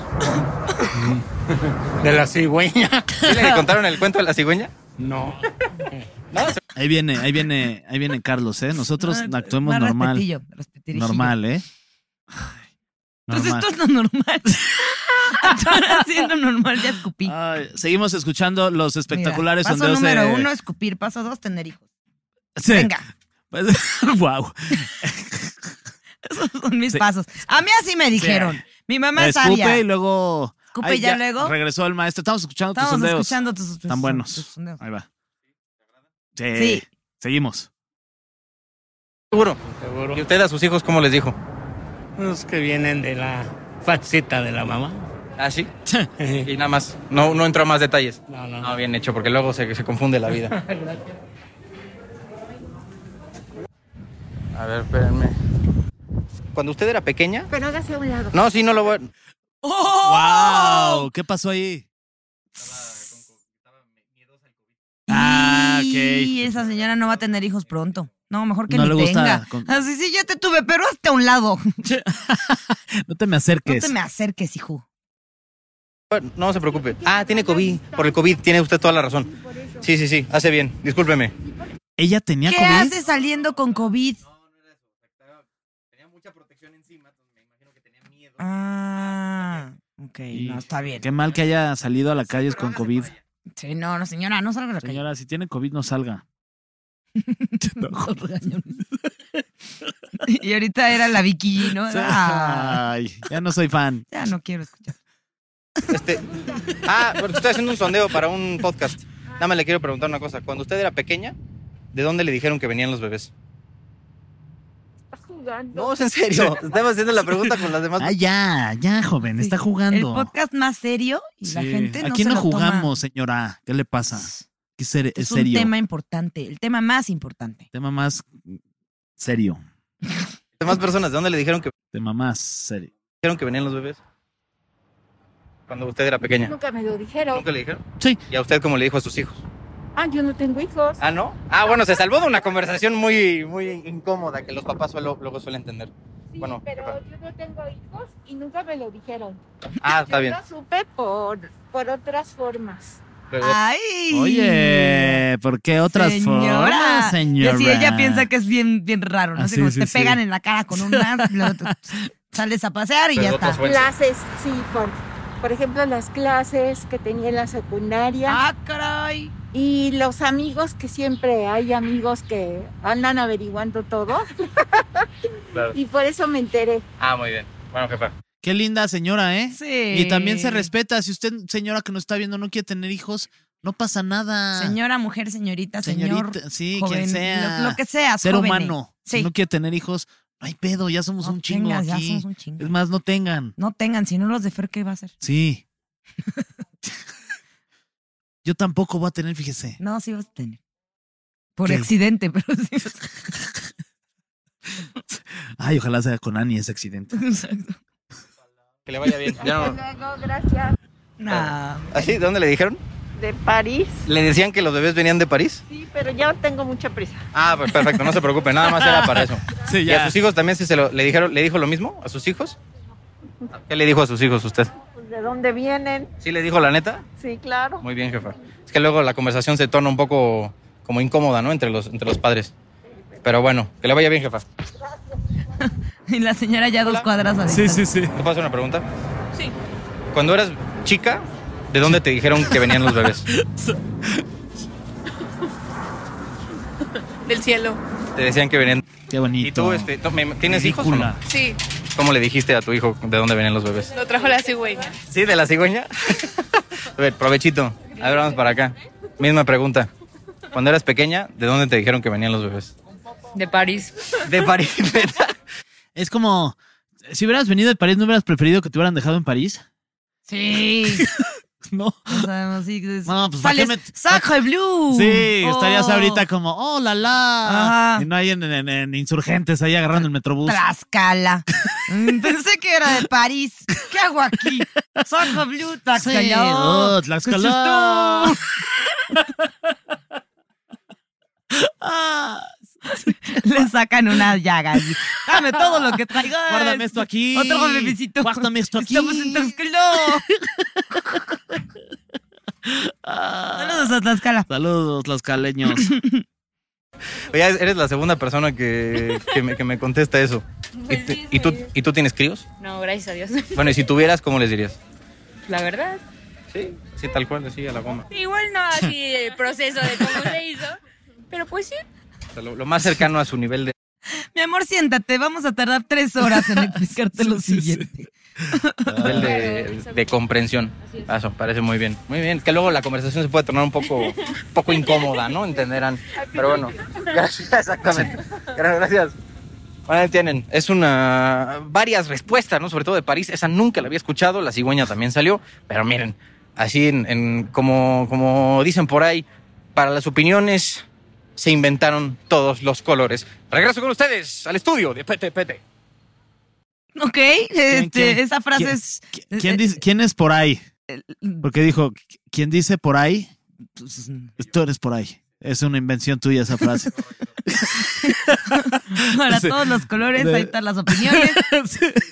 Speaker 6: De la cigüeña.
Speaker 5: ¿Sí le contaron el cuento de la cigüeña?
Speaker 6: No.
Speaker 2: Ahí viene, ahí viene, ahí viene Carlos, ¿eh? Nosotros
Speaker 3: No,
Speaker 2: actuemos
Speaker 3: Ah, más
Speaker 2: normal.
Speaker 3: respetillo, respetirijillo.
Speaker 2: Normal, ¿eh? Ay,
Speaker 3: Pues
Speaker 2: normal.
Speaker 3: esto es lo normal. [LAUGHS] Actuar haciendo normal, ya escupí.
Speaker 2: Ay, seguimos escuchando los Ah, espectaculares
Speaker 3: Mira, Paso
Speaker 2: sondeos de-
Speaker 3: número uno, escupir. Paso dos, tener hijos.
Speaker 2: [LAUGHS] Sí. Pues,
Speaker 3: Venga,
Speaker 2: [LAUGHS]
Speaker 3: [LAUGHS]
Speaker 2: wow.
Speaker 3: esos son mis
Speaker 2: Sí.
Speaker 3: pasos. A mí así me dijeron. Mi mamá es
Speaker 2: Escupe
Speaker 3: sabia.
Speaker 2: y luego.
Speaker 3: Escupe
Speaker 2: Ay,
Speaker 3: y ya luego.
Speaker 2: Regresó el maestro. Estamos escuchando tus
Speaker 3: Estamos
Speaker 2: sondeos.
Speaker 3: escuchando tus, tus-
Speaker 2: Tan buenos.
Speaker 3: tus sondeos.
Speaker 2: Ahí va. Sí.
Speaker 3: Sí.
Speaker 2: Seguimos.
Speaker 5: Seguro. ¿Y usted a sus hijos cómo les dijo?
Speaker 6: Los que vienen de la faceta de la mamá.
Speaker 5: ¿Ah,
Speaker 6: [LAUGHS]
Speaker 5: sí? Y nada más. No, no entró a más detalles.
Speaker 6: No, no.
Speaker 5: No, bien hecho, porque luego se, se confunde la
Speaker 6: [LAUGHS]
Speaker 5: vida. A ver, espérenme. Cuando usted era pequeña. Pero hágase un lado. No, sí, no lo voy. a-
Speaker 3: ¡Oh!
Speaker 2: ¡Wow! ¿Qué pasó ahí? Ah,
Speaker 3: Y
Speaker 2: ok.
Speaker 3: esa señora no va a tener hijos pronto. No, mejor que
Speaker 2: No
Speaker 3: ni
Speaker 2: le gusta
Speaker 3: tenga.
Speaker 2: con-
Speaker 3: Así sí, ya te tuve, pero hasta a un
Speaker 2: [LAUGHS]
Speaker 3: lado.
Speaker 2: No te me
Speaker 3: No
Speaker 2: acerques.
Speaker 3: te me acerques, hijo.
Speaker 5: Bueno, No se preocupe. Ah, tiene COVID. Por el COVID tiene usted toda la razón. Sí, sí, sí. Hace bien. Discúlpeme.
Speaker 2: Ella tenía
Speaker 3: ¿Qué
Speaker 2: COVID.
Speaker 3: haces saliendo con COVID?
Speaker 5: Tenía mucha protección encima, me imagino que tenía miedo.
Speaker 3: Ah, ok,
Speaker 2: Y-
Speaker 3: no, está bien.
Speaker 2: Qué mal que haya salido a la calle con COVID.
Speaker 3: Sí, no, no, señora, no salga de la calle.
Speaker 2: Señora, si tiene COVID, no salga.
Speaker 3: Los regañones. [LAUGHS] y ahorita era la Vicky, G, ¿no? Ah,
Speaker 2: Ay, ya no soy fan.
Speaker 3: ya no quiero escuchar.
Speaker 5: Este, ah, porque estoy haciendo un sondeo para un podcast. Nada más le quiero preguntar una cosa. Cuando usted era pequeña, ¿de dónde le dijeron que venían los bebés? No, es en [LAUGHS] serio. Estamos haciendo la pregunta con las demás.
Speaker 2: Ah, ya, ya, joven, está
Speaker 3: El
Speaker 2: jugando.
Speaker 3: podcast más serio y la
Speaker 2: Sí.
Speaker 3: gente no
Speaker 2: Aquí
Speaker 3: se
Speaker 2: no
Speaker 3: lo toma.
Speaker 2: jugamos, señora. ¿Qué le pasa? ¿Qué ser- es
Speaker 3: Es
Speaker 2: serio?
Speaker 3: un tema importante, el tema más importante.
Speaker 2: Tema más serio.
Speaker 5: Demás personas, ¿de dónde le dijeron que
Speaker 2: Tema más serio.
Speaker 5: dijeron que venían los bebés? Cuando usted era pequeña.
Speaker 8: Nunca me lo dijeron.
Speaker 5: ¿Nunca le dijeron?
Speaker 2: Sí.
Speaker 5: ¿Y a usted cómo le dijo a sus hijos?
Speaker 8: Ah, yo no tengo hijos.
Speaker 5: Ah, ¿no? Ah, bueno, se salvó de una conversación muy, muy incómoda que los papás suelo- luego suelen tener.
Speaker 8: Sí,
Speaker 5: bueno,
Speaker 8: pero
Speaker 5: perdón.
Speaker 8: yo no tengo hijos y nunca me lo dijeron.
Speaker 5: Ah, está
Speaker 8: yo
Speaker 5: bien.
Speaker 8: lo supe por, por otras formas.
Speaker 5: Luego-
Speaker 3: Ay.
Speaker 2: Oye, ¿por qué otras formas, señora?
Speaker 3: Y así ella piensa que es bien, bien raro, ¿no?
Speaker 2: Ah,
Speaker 3: Así
Speaker 2: sí,
Speaker 3: como
Speaker 2: sí,
Speaker 3: te
Speaker 2: sí.
Speaker 3: pegan en la cara con una,
Speaker 2: [LAUGHS]
Speaker 3: luego te- sales a pasear y
Speaker 9: Pero
Speaker 3: ya
Speaker 9: otras
Speaker 3: está.
Speaker 5: Pues,
Speaker 9: fueron-
Speaker 8: Clases, sí, por, por ejemplo, las clases que tenía en la secundaria
Speaker 3: Ah, caray.
Speaker 8: y los amigos que siempre hay amigos que andan averiguando todo.
Speaker 5: [LAUGHS] Claro.
Speaker 8: Y por eso me enteré.
Speaker 5: Ah, muy bien. Bueno, jefa.
Speaker 2: Qué linda señora, ¿eh?
Speaker 3: Sí.
Speaker 2: Y también se respeta. Si usted, señora que nos está viendo, no quiere tener hijos, no pasa nada.
Speaker 3: Señora, mujer, señorita, señor.
Speaker 2: Señorita, sí,
Speaker 3: joven,
Speaker 2: quien sea.
Speaker 3: Lo, lo que sea,
Speaker 2: Ser
Speaker 3: joven.
Speaker 2: humano.
Speaker 3: Sí.
Speaker 2: Si no quiere tener hijos, no hay pedo, ya somos
Speaker 3: No
Speaker 2: un chingo
Speaker 3: tengas, ya
Speaker 2: aquí.
Speaker 3: somos un chingo.
Speaker 2: Es más, no tengan.
Speaker 3: No tengan, si no los de Fer, ¿qué va a hacer?
Speaker 2: Sí. Yo tampoco voy a tener, fíjese.
Speaker 3: No, sí vas a tener. Por
Speaker 2: ¿Qué?
Speaker 3: accidente, [LAUGHS] pero sí vas a
Speaker 2: Ay, ojalá sea con Ani ese accidente.
Speaker 3: Exacto.
Speaker 5: Que le vaya bien. Ya no-
Speaker 8: Hasta luego, gracias.
Speaker 3: No,
Speaker 5: [LAUGHS] ¿Así? ¿De dónde le dijeron?
Speaker 8: De París.
Speaker 5: ¿Le decían que los bebés venían de París?
Speaker 8: Sí, pero ya tengo mucha prisa.
Speaker 5: Ah, pues perfecto, no se preocupe, nada más era para eso.
Speaker 2: Sí,
Speaker 5: ¿Y a sus hijos también si se lo, le dijeron, le dijo lo mismo a sus hijos? ¿Qué le dijo a sus hijos usted?
Speaker 8: Pues, ¿De dónde vienen?
Speaker 5: ¿Sí le dijo la neta?
Speaker 8: Sí, claro.
Speaker 5: Muy bien, jefa. Es que luego la conversación se torna un poco como incómoda, ¿no? Entre los, entre los padres. Pero bueno, que le vaya bien, jefa.
Speaker 3: [LAUGHS] Y la señora ya dos cuadras adelante.
Speaker 2: sí.
Speaker 5: ¿Te puedo hacer una pregunta? Sí. Cuando eras chica, ¿de dónde te dijeron que venían los bebés?
Speaker 10: Del cielo.
Speaker 5: Te decían que venían.
Speaker 2: Qué bonito.
Speaker 5: ¿Y tú, este, no, me- tienes hijos o no?
Speaker 2: Ridícula.
Speaker 10: Sí,
Speaker 5: ¿Cómo le dijiste a tu hijo de dónde venían los bebés?
Speaker 10: lo trajo la cigüeña.
Speaker 5: ¿Sí, de la cigüeña? [LAUGHS] a ver, provechito. A ver, vamos para acá. Misma pregunta. Cuando eras pequeña, ¿de dónde te dijeron que venían los bebés?
Speaker 10: De París.
Speaker 5: De París, neta.
Speaker 2: Es como, si hubieras venido de París, ¿no hubieras preferido que te hubieran dejado en París? [LAUGHS]
Speaker 3: Sí.
Speaker 2: No.
Speaker 3: O sea, así que es-
Speaker 2: No, pues, ¿para qué
Speaker 3: sales,
Speaker 2: me-
Speaker 3: Sacre Blue.
Speaker 2: Sí, Uh, estarías
Speaker 3: Oh,
Speaker 2: ahorita como, oh, la la.
Speaker 3: Ajá.
Speaker 2: Y no hay en, en- en insurgentes ahí agarrando el metrobús.
Speaker 3: Tlaxcala. Mm, Pensé que era de París. ¿Qué hago aquí? Sacre Blue, Tlaxcala.
Speaker 2: Sí,
Speaker 3: Oh,
Speaker 2: oh, Tlaxcala.
Speaker 3: [LAUGHS] ¿qué es
Speaker 2: Ah,
Speaker 3: esto? Le sacan una llaga. así. Dame todo lo que traigo.
Speaker 2: Guárdame esto aquí.
Speaker 3: Otro bebecito.
Speaker 2: Guárdame esto aquí.
Speaker 3: Estamos en Tlaxcala. Saludos a Tlaxcala.
Speaker 2: Ah. Saludos,
Speaker 3: [COUGHS]
Speaker 2: tlaxcaleños.
Speaker 5: Oye, eres la segunda persona que, que me, que me
Speaker 10: [LAUGHS]
Speaker 5: contesta eso. ¿Y, tú- y tú, ¿Y tú tienes críos?
Speaker 10: Pues No, gracias a Dios.
Speaker 5: Bueno, y si tuvieras, ¿cómo les dirías?
Speaker 10: La verdad.
Speaker 5: Sí, sí, tal cual, así a la goma.
Speaker 10: Igual no así el proceso de cómo se hizo. Pero pues sí.
Speaker 5: O sea, lo, lo más cercano a su nivel de...
Speaker 3: Mi amor, siéntate. Vamos a tardar tres horas [LAUGHS] en explicarte lo siguiente.
Speaker 5: nivel de, de comprensión. Eso, parece muy bien. Muy bien, que luego la conversación se puede tornar un poco, un poco incómoda, ¿no? Entenderán. Pero bueno, [LAUGHS] gracias, exactamente. Gra- Gracias. Bueno, ahí tienen. Es una. varias respuestas, ¿no? Sobre todo de París. Esa nunca la había escuchado. La cigüeña también salió. Pero miren, así en, en- como, como dicen por ahí, para las opiniones se inventaron todos los colores. Regreso con ustedes al estudio de Pete Pete.
Speaker 3: Ok, este,
Speaker 2: quién?
Speaker 3: esa frase
Speaker 2: ¿Quién?
Speaker 3: es.
Speaker 2: ¿Qui- ¿Quién, dice- ¿Quién es por ahí? Porque dijo, "Qu- quien dice por ahí,
Speaker 3: Pues, mm.
Speaker 2: tú eres por ahí. Es una invención tuya esa frase.
Speaker 3: Para
Speaker 2: Sí.
Speaker 3: todos los colores,
Speaker 2: De-
Speaker 3: ahí están las [LAUGHS] opiniones.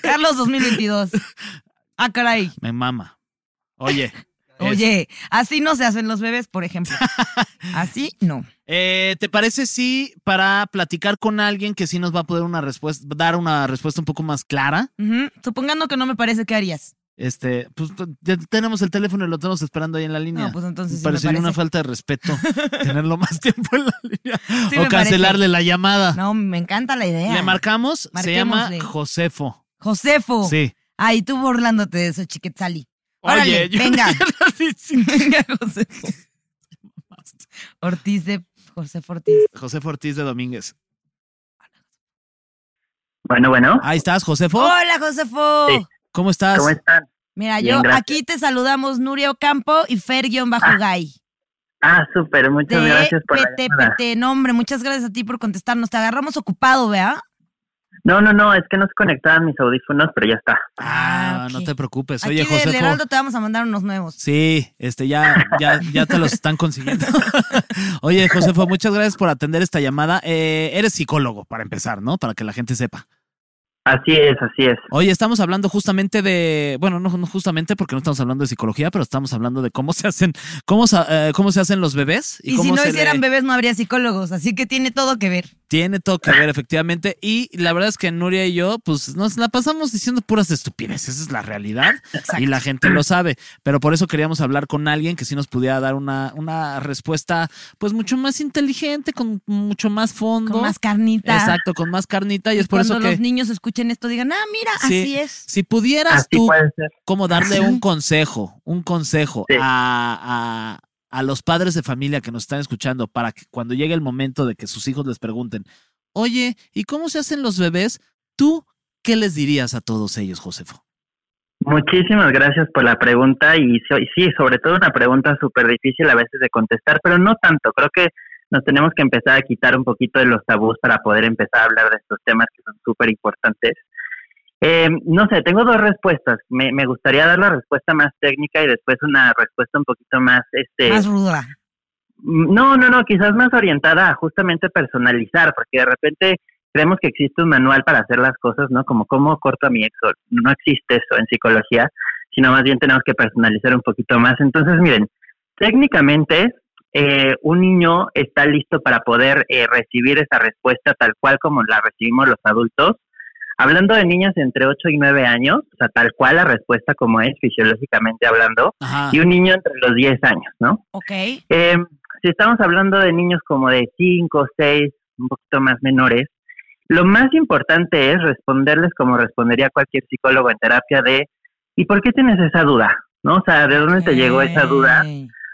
Speaker 3: Carlos 2022. Ah, caray.
Speaker 2: Me mama. Oye.
Speaker 3: [LAUGHS] Oye, así no se hacen los bebés, por [LAUGHS] ejemplo. Así no.
Speaker 2: Eh, ¿Te parece si para platicar con alguien que sí nos va a poder una respuesta, dar una respuesta un poco más clara?
Speaker 3: Ujú. Supongando que no me parece, ¿qué harías?
Speaker 2: Este, pues ya tenemos el teléfono y lo tenemos esperando ahí en la línea.
Speaker 3: No, pues entonces sí me
Speaker 2: Parecería una
Speaker 3: parece.
Speaker 2: falta de
Speaker 3: [LAUGHS]
Speaker 2: respeto tenerlo más tiempo en la línea
Speaker 3: Sí
Speaker 2: o
Speaker 3: me parece.
Speaker 2: cancelarle la llamada.
Speaker 3: No, me encanta la idea.
Speaker 2: Le marcamos, se llama
Speaker 3: Marquémosle. Oh.
Speaker 2: Josefo.
Speaker 3: Josefo.
Speaker 2: Sí.
Speaker 3: Ay, tú burlándote de eso, chiquetzali.
Speaker 2: Oye,
Speaker 3: Órale,
Speaker 2: yo- [LAUGHS]
Speaker 3: venga. [LAUGHS] venga, Josefo. Ortiz de Josefo Ortiz.
Speaker 2: Josefo Ortiz de Domínguez.
Speaker 11: Bueno, bueno.
Speaker 7: Ah,
Speaker 2: Ahí estás, Josefo.
Speaker 3: Hola, Josefo.
Speaker 2: ¿Cómo estás?
Speaker 11: ¿Cómo están?
Speaker 3: Mira,
Speaker 11: Bien,
Speaker 3: yo
Speaker 11: gracias.
Speaker 3: aquí te saludamos Nuria Ocampo y Fer-Gay.
Speaker 11: Ah, súper, muchas gracias por la llamada.
Speaker 3: PTPT. No, hombre, muchas gracias a ti por contestarnos. Te agarramos ocupado, ¿verdad?
Speaker 11: No, no, no, es que no se conectaban mis audífonos, pero ya está.
Speaker 2: Ah, no te preocupes. Oye,
Speaker 3: aquí del
Speaker 2: Josefo.
Speaker 3: Heraldo te vamos a mandar unos nuevos.
Speaker 2: Sí, este ya, ya, ya te los están consiguiendo. [LAUGHS] Oye, Josefo, muchas gracias por atender esta llamada. Eh, eres psicólogo, para empezar, ¿no? Para que la gente sepa.
Speaker 11: Así es, así es.
Speaker 2: Oye, estamos hablando justamente de, bueno, no, no justamente porque no estamos hablando de psicología, pero estamos hablando de cómo se hacen, cómo, sa- eh, cómo se hacen los bebés y,
Speaker 3: Y, si
Speaker 2: cómo
Speaker 3: no
Speaker 2: se
Speaker 3: hicieran
Speaker 2: le-
Speaker 3: bebés no habría psicólogos, así que tiene todo que ver.
Speaker 2: tiene todo que ver efectivamente. Y la verdad es que Nuria y yo, pues nos la pasamos diciendo puras estupideces, esa es la realidad y la gente lo sabe. Pero por eso queríamos hablar con alguien que sí nos pudiera dar una, una respuesta, pues mucho más inteligente, con mucho más fondo,
Speaker 3: Con más carnita.
Speaker 2: Exacto, con más carnita y, es por
Speaker 3: Cuando
Speaker 2: eso que
Speaker 3: los niños escuchen esto digan, ah, mira,
Speaker 2: Sí.
Speaker 3: así es.
Speaker 2: Si pudieras
Speaker 11: Así
Speaker 2: tú
Speaker 11: puede ser.
Speaker 2: como darle
Speaker 11: Ajá.
Speaker 2: un consejo, un consejo
Speaker 11: Sí.
Speaker 2: a, a- a los padres de familia que nos están escuchando para que cuando llegue el momento de que sus hijos les pregunten, oye, ¿y cómo se hacen los bebés? ¿Tú qué les dirías a todos ellos, Josefo?
Speaker 11: Muchísimas gracias por la pregunta y so- y sí, sobre todo una pregunta súper difícil a veces de contestar, pero no tanto. Creo que nos tenemos que empezar a quitar un poquito de los tabús para poder empezar a hablar de estos temas que son súper importantes. Eh, no sé, tengo dos respuestas. Me, me gustaría dar la respuesta más técnica y después una respuesta un poquito más, este,
Speaker 3: Más ruda.
Speaker 11: No, no, no, quizás más orientada a justamente personalizar, porque de repente creemos que existe un manual para hacer las cosas, ¿no? Como cómo corto a mi ex. o- No existe eso en psicología, sino más bien tenemos que personalizar un poquito más. Entonces, miren, técnicamente eh, un niño está listo para poder eh, recibir esa respuesta tal cual como la recibimos los adultos. Hablando de niños entre 8 y 9 años, o sea, tal cual la respuesta como es fisiológicamente hablando,
Speaker 3: Ah.
Speaker 2: Ajá.
Speaker 11: y un niño entre los 10 años, ¿no?
Speaker 3: Ok.
Speaker 11: Eh, si estamos hablando de niños como de 5, 6, un poquito más menores, lo más importante es responderles como respondería cualquier psicólogo en terapia de ¿y por qué tienes esa duda? ¿No? O sea, ¿de dónde te llegó esa duda?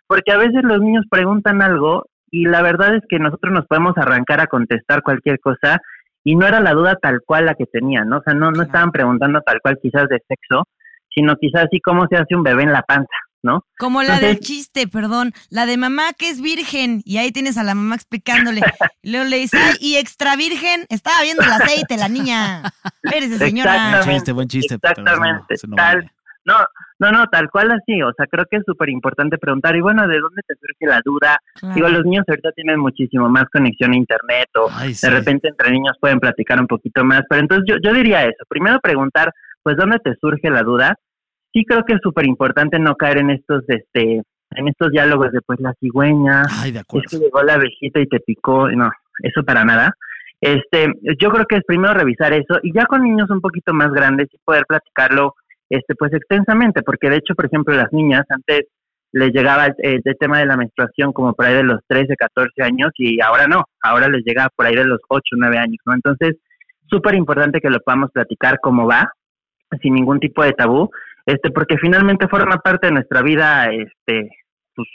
Speaker 11: Porque a veces los niños preguntan algo y la verdad es que nosotros nos podemos arrancar a contestar cualquier cosa y no era la duda tal cual la que tenían, ¿no? O sea, no, no estaban preguntando tal cual quizás de sexo, sino quizás sí cómo se hace un bebé en la panza, ¿no?
Speaker 3: Como la
Speaker 11: Entonces-
Speaker 3: del chiste, perdón, la de mamá que es virgen y ahí tienes a la mamá
Speaker 11: [LAUGHS]
Speaker 3: explicándole. Y luego le dice, "Ay, y extra virgen, estaba viendo el aceite la niña. Espérese, señora.
Speaker 2: Buen chiste, buen chiste. pero no,
Speaker 11: Exactamente,
Speaker 2: se no
Speaker 11: tal-
Speaker 2: vale.
Speaker 11: no, no, no, tal cual así, o sea, creo que es súper importante preguntar, y bueno, ¿de dónde te surge la duda?
Speaker 3: Claro.
Speaker 11: Digo, los niños ahorita tienen muchísimo más conexión a internet, o
Speaker 2: Ay, sí.
Speaker 11: de repente entre niños pueden platicar un poquito más, pero entonces yo, yo diría eso, primero preguntar, pues, ¿dónde te surge la duda? Sí creo que es súper importante no caer en estos, este, en estos diálogos de, pues, la cigüeña,
Speaker 2: Ay, de
Speaker 11: es
Speaker 2: acuerdo.
Speaker 11: que llegó la abejita y te picó, no, eso para nada. Este, yo creo que es primero revisar eso y ya con niños un poquito más grandes y poder platicarlo, este, pues extensamente, porque de hecho, por ejemplo, las niñas antes les llegaba el, el- el tema de la menstruación como por ahí de los 13, 14 años y ahora no, ahora les llega por ahí de los 8, 9 años, ¿no? Entonces, súper importante que lo podamos platicar cómo va, sin ningún tipo de tabú, este, porque finalmente forma parte de nuestra vida, este, pues,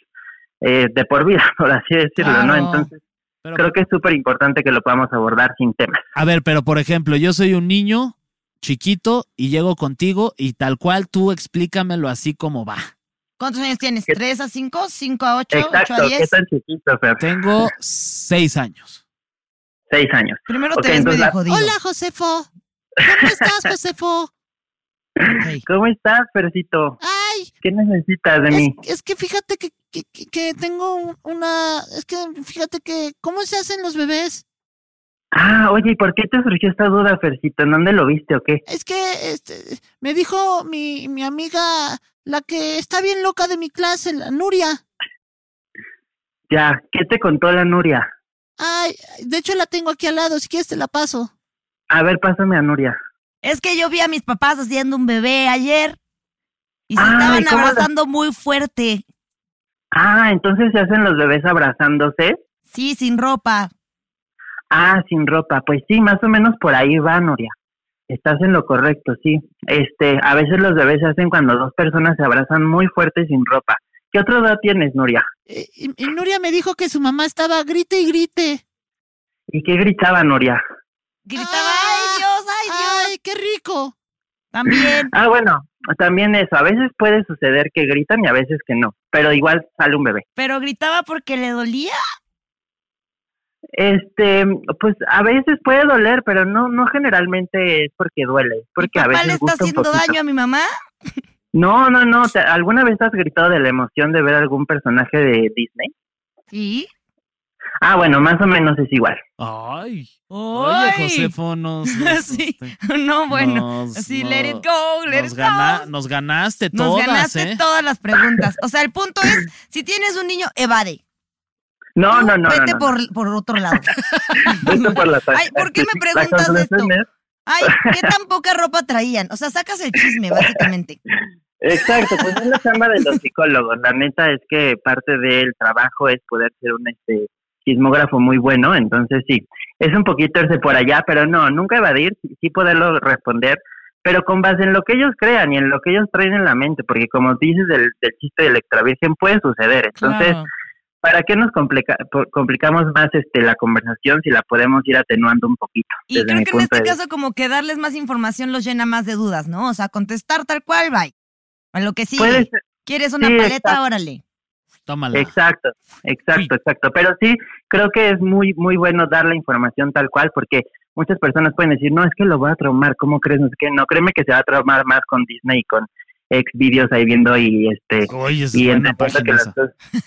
Speaker 11: eh, de por vida, [LAUGHS] por así decirlo, ¿no?
Speaker 3: Claro.
Speaker 11: Entonces,
Speaker 2: Pero-
Speaker 11: creo que es súper importante que lo podamos abordar sin temas.
Speaker 2: A ver, pero por ejemplo, yo soy un niño chiquito y llego contigo y tal cual tú explícamelo así como va.
Speaker 3: ¿Cuántos años tienes? ¿Tres a cinco? ¿Cinco a ocho?
Speaker 11: Exacto,
Speaker 3: ¿Ocho a
Speaker 11: ¿qué
Speaker 3: diez?
Speaker 11: tan chiquito, Fer?
Speaker 2: Tengo seis años.
Speaker 11: Seis años.
Speaker 3: Primero
Speaker 11: Ok,
Speaker 3: te ves
Speaker 11: entonces
Speaker 3: medio
Speaker 11: la-
Speaker 3: jodido.
Speaker 2: Josefo. ¿Cómo estás, Josefo?
Speaker 3: Ok.
Speaker 11: ¿Cómo estás, Fercito?
Speaker 2: Ay,
Speaker 11: ¿Qué necesitas de mí?
Speaker 2: es que fíjate que, que, que- que tengo un- una... Es que fíjate que... ¿Cómo se hacen los bebés?
Speaker 11: Ah, oye, ¿y por qué te surgió esta duda, Fercito? ¿En dónde lo viste o qué?
Speaker 2: Es que este, me dijo mi, mi amiga, la que está bien loca de mi clase, la Nuria.
Speaker 11: Ya, ¿qué te contó la Nuria?
Speaker 2: Ay, de hecho la tengo aquí al lado, si quieres te la paso.
Speaker 11: A ver, pásame a Nuria.
Speaker 3: Es que yo vi a mis papás haciendo un bebé ayer Y se
Speaker 11: Ay,
Speaker 3: estaban
Speaker 11: ¿cómo la-
Speaker 3: abrazando muy fuerte.
Speaker 11: Ah, entonces se hacen los bebés abrazándose.
Speaker 3: Sí, sin ropa.
Speaker 11: Ah, sin ropa. Pues sí, más o menos por ahí va, Nuria. Estás en lo correcto, sí. Este, a veces los bebés se hacen cuando dos personas se abrazan muy fuerte sin ropa. ¿Qué otro edad tienes, Nuria?
Speaker 2: Eh, Y, y Nuria me dijo que su mamá estaba grite y grite.
Speaker 11: ¿Y qué gritaba, Nuria?
Speaker 3: Gritaba, ay Dios, ay Dios.
Speaker 2: Ay, qué rico.
Speaker 3: También.
Speaker 11: Ah, bueno, también eso. A veces puede suceder que gritan y a veces que no. Pero igual sale un bebé.
Speaker 3: Pero gritaba porque le dolía.
Speaker 11: Este, pues a veces puede doler, pero no, no generalmente es porque duele, es porque a
Speaker 3: Papá
Speaker 11: veces
Speaker 3: le está
Speaker 11: gusta un
Speaker 3: haciendo
Speaker 11: poquito.
Speaker 3: daño a mi mamá.
Speaker 11: No, no, no. ¿te- ¿Alguna vez has gritado de la emoción de ver algún personaje de Disney?
Speaker 3: Sí. [LAUGHS]
Speaker 11: Ah, bueno, más o menos es igual. [LAUGHS]
Speaker 2: Ay.
Speaker 3: Ay.
Speaker 2: Oye, Josefo, nos, [LAUGHS] nos- este,
Speaker 3: Sí. No, bueno.
Speaker 2: Nos-
Speaker 3: sí,
Speaker 2: no-
Speaker 3: let it go, let
Speaker 2: nos
Speaker 3: it
Speaker 2: gana-
Speaker 3: go.
Speaker 2: nos ganaste
Speaker 3: Nos
Speaker 2: todas,
Speaker 3: ganaste
Speaker 2: ¿eh?
Speaker 3: todas las preguntas. O sea, el punto
Speaker 11: [CLEARS THROAT]
Speaker 3: es, si tienes un niño, evade.
Speaker 11: No,
Speaker 3: Tú
Speaker 11: no, no, no, Pues,
Speaker 3: Vete
Speaker 11: no,
Speaker 3: por, por otro
Speaker 11: [LAUGHS]
Speaker 3: lado.
Speaker 11: no. Vete por la
Speaker 3: Ay, ¿por qué me
Speaker 11: la
Speaker 3: preguntas
Speaker 11: conclusión es-
Speaker 3: Ay, ¿qué
Speaker 11: [LAUGHS]
Speaker 3: tan poca ropa traían? O sea, sacas el chisme, básicamente.
Speaker 11: Exacto, pues es la chamba de los psicólogos. La neta es que parte del trabajo es poder ser un este, chismógrafo muy bueno, entonces sí, es un poquito irse por allá, pero no, nunca evadir, sí- sí poderlo responder, pero con base en lo que ellos crean y en lo que ellos traen en la mente, porque como dices del, del chiste de la extravirgen puede suceder, entonces...
Speaker 12: Claro.
Speaker 11: ¿Para qué nos complica- por- complicamos más este la conversación si la podemos ir atenuando un poquito?
Speaker 3: Y
Speaker 11: desde
Speaker 3: creo
Speaker 11: mi
Speaker 3: que en
Speaker 11: punto
Speaker 3: este
Speaker 11: de
Speaker 3: caso como que darles más información los llena más de dudas, ¿no? O sea, contestar tal cual, bye. A lo que sí.
Speaker 11: Puede ser.
Speaker 3: ¿Quieres una
Speaker 11: Sí,
Speaker 3: paleta?
Speaker 11: exacto.
Speaker 3: Órale.
Speaker 2: Tómala.
Speaker 11: Exacto, exacto, exacto. Pero sí, creo que es muy, muy bueno dar la información tal cual, porque muchas personas pueden decir, no, es que lo voy a traumar, ¿cómo crees? No, sé qué. no créeme que se va a traumar más con Disney y con ex vídeos ahí viendo y este
Speaker 2: Oye, es
Speaker 11: y
Speaker 2: buena
Speaker 11: entendiendo
Speaker 2: página
Speaker 11: que las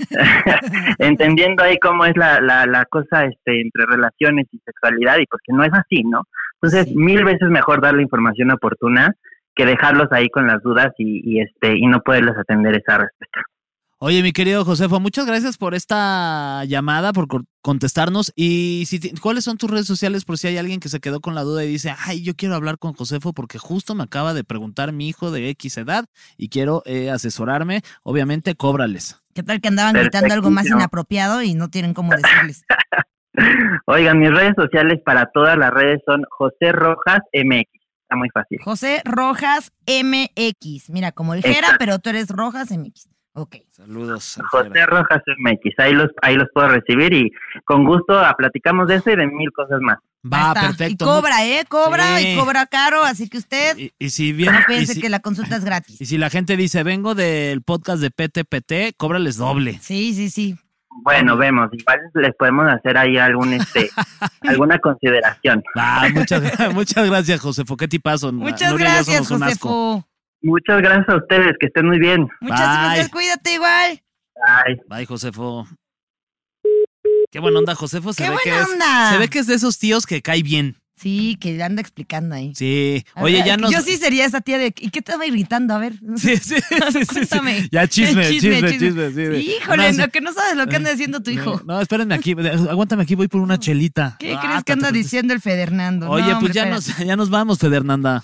Speaker 2: esa.
Speaker 11: cosas- entendiendo ahí cómo es la, la, la cosa este entre relaciones y sexualidad y porque no es así no entonces mil veces mejor dar la información oportuna que dejarlos ahí con las dudas y, y este y no poderles atender esa respuesta
Speaker 2: Oye, mi querido Josefo, muchas gracias por esta llamada, por cor- contestarnos. Y si ti- ¿cuáles son tus redes sociales por si hay alguien que se quedó con la duda y dice, ay, yo quiero hablar con Josefo porque justo me acaba de preguntar mi hijo de X edad y quiero eh, asesorarme? Obviamente, cóbrales.
Speaker 3: ¿Qué tal que andaban gritando algo más
Speaker 11: Perfectísimo.
Speaker 3: inapropiado y no tienen cómo
Speaker 11: [LAUGHS]
Speaker 3: decirles?
Speaker 11: Oigan, mis redes sociales para todas las redes son José Rojas MX. Está muy fácil.
Speaker 3: José Rojas MX. Mira, como el Jera,
Speaker 11: Exacto.
Speaker 3: pero tú eres Rojas MX. Ok.
Speaker 2: Saludos.
Speaker 11: José Rojas MX. Ahí los, ahí los puedo recibir y con gusto ah, platicamos de eso y de mil cosas más.
Speaker 2: Va,
Speaker 3: Está.
Speaker 2: perfecto.
Speaker 3: Y cobra, ¿eh? Cobra
Speaker 2: Sí.
Speaker 3: y cobra caro, así que usted
Speaker 2: Y, y si bien,
Speaker 3: no
Speaker 2: y,
Speaker 3: piense
Speaker 2: si,
Speaker 3: que la consulta es gratis.
Speaker 2: y si la gente dice, vengo del podcast de PTPT, cóbrales doble.
Speaker 3: Sí, sí, sí.
Speaker 11: Bueno, vemos. Igual les podemos hacer ahí algún [LAUGHS] este alguna consideración.
Speaker 2: Va, muchas, [LAUGHS] gra- muchas gracias, Josefo. Qué tipazo.
Speaker 3: Muchas
Speaker 2: Nuria y yo
Speaker 3: gracias,
Speaker 2: somos un asco.
Speaker 3: Josefo.
Speaker 11: Muchas gracias a ustedes. Que estén muy bien.
Speaker 3: Muchas gracias, cuídate igual.
Speaker 11: Bye.
Speaker 2: Bye, Josefo. Qué buena onda, Josefo. Se
Speaker 3: Qué
Speaker 2: ve que
Speaker 3: buena
Speaker 2: es,
Speaker 3: onda.
Speaker 2: Se ve que es de esos tíos que cae bien.
Speaker 3: Sí, que anda explicando ahí.
Speaker 2: Sí.
Speaker 3: A
Speaker 2: Oye,
Speaker 3: ver,
Speaker 2: ya nos.
Speaker 3: Yo sí sería esa tía de. ¿Y qué estaba irritando? A ver.
Speaker 2: [LAUGHS] Sí, sí, sí, sí, sí.
Speaker 3: Cuéntame.
Speaker 2: Ya chisme, chisme, chisme, sí, de-
Speaker 3: Híjole,
Speaker 2: No, sí. Eh,
Speaker 3: lo que no sabes lo que anda diciendo tu hijo.
Speaker 2: No, espérenme aquí. Aguántame aquí, voy por una chelita.
Speaker 3: ¿Qué
Speaker 2: Ah,
Speaker 3: crees que
Speaker 2: ta, ta,
Speaker 3: anda
Speaker 2: ta.
Speaker 3: diciendo el Federnando?
Speaker 2: Oye,
Speaker 3: No,
Speaker 2: pues
Speaker 3: hombre,
Speaker 2: ya
Speaker 3: espera.
Speaker 2: nos, ya nos vamos, Federnanda.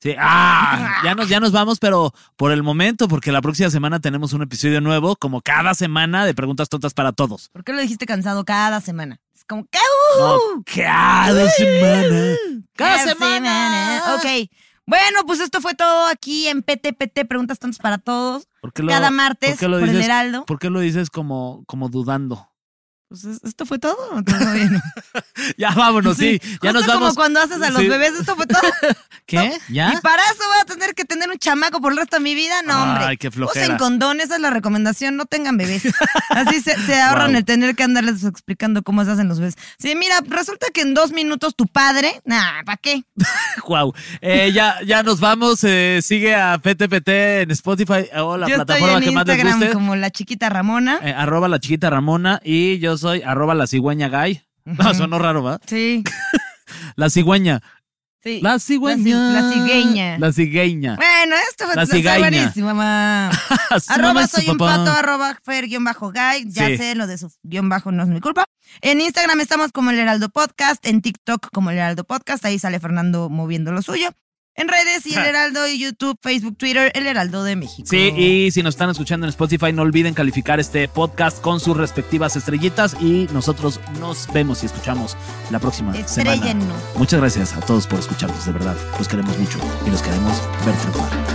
Speaker 2: Sí, ah, ya nos, ya nos vamos, pero por el momento, porque la próxima semana tenemos un episodio nuevo, como cada semana, de preguntas tontas para todos.
Speaker 3: ¿Por qué lo dijiste cansado cada semana? Es como. ¡Qué! ¡Uh!
Speaker 2: No, cada semana.
Speaker 3: Cada semana. Ok. Bueno, pues esto fue todo aquí en PTPT, Preguntas Tontas para Todos.
Speaker 2: ¿Por qué lo-
Speaker 3: cada
Speaker 2: por
Speaker 3: martes
Speaker 2: qué lo
Speaker 3: por el
Speaker 2: dices-
Speaker 3: Heraldo.
Speaker 2: ¿Por qué lo dices como, como dudando?
Speaker 3: Pues es- esto fue todo. [LAUGHS] Todo bien.
Speaker 2: [LAUGHS] Ya vámonos, sí. ya
Speaker 3: Justo
Speaker 2: nos vamos.
Speaker 3: como cuando haces a los
Speaker 2: Sí.
Speaker 3: bebés, esto
Speaker 2: [LAUGHS]
Speaker 3: fue todo.
Speaker 2: ¿Qué?
Speaker 3: Y
Speaker 2: ¿Ya?
Speaker 3: para eso voy a tener que tener un chamaco por el resto de mi vida. No, hombre.
Speaker 2: Ay, qué flojera.
Speaker 3: Usen condón, esa es la recomendación. No tengan bebés. [LAUGHS] Así se, se ahorran
Speaker 2: Wow.
Speaker 3: el tener que andarles explicando cómo se hacen los bebés. Sí, mira, resulta que en dos minutos tu padre. Nah, ¿para qué?
Speaker 2: [LAUGHS] Guau. Eh, ya, ya nos vamos. eh, sigue a PTPT en Spotify o la
Speaker 3: Yo
Speaker 2: plataforma
Speaker 3: estoy
Speaker 2: que
Speaker 3: en
Speaker 2: más les
Speaker 3: Instagram
Speaker 2: guste.
Speaker 3: como la chiquita Ramona.
Speaker 2: Eh, arroba la chiquita Ramona y yo soy arroba la cigüeña gay. [LAUGHS] No, sonó raro, ¿va?
Speaker 3: Sí.
Speaker 2: La cigüeña.
Speaker 3: Sí.
Speaker 2: La cigüeña.
Speaker 3: La, ci- la cigueña.
Speaker 2: La cigüeña.
Speaker 3: Bueno, esto fue
Speaker 2: La
Speaker 3: está
Speaker 2: cigaña.
Speaker 3: buenísimo, mamá.
Speaker 2: [LAUGHS] Su mamá
Speaker 3: arroba
Speaker 2: es su
Speaker 3: soy un
Speaker 2: papá.
Speaker 3: pato, arroba fer guión bajo guy. Ya
Speaker 2: Sí.
Speaker 3: sé, lo de su guión bajo no es mi culpa. En Instagram estamos como el Heraldo Podcast, en TikTok como el Heraldo Podcast, ahí sale Fernando moviendo lo suyo. En redes y El Heraldo y YouTube, Facebook, Twitter, El Heraldo de México.
Speaker 2: Sí, y si nos están escuchando en Spotify, no olviden calificar este podcast con sus respectivas estrellitas y nosotros nos vemos y escuchamos la próxima semana.
Speaker 3: Estréllennos.
Speaker 2: Muchas gracias a todos por escucharnos, de verdad. Los queremos mucho y los queremos ver triunfar.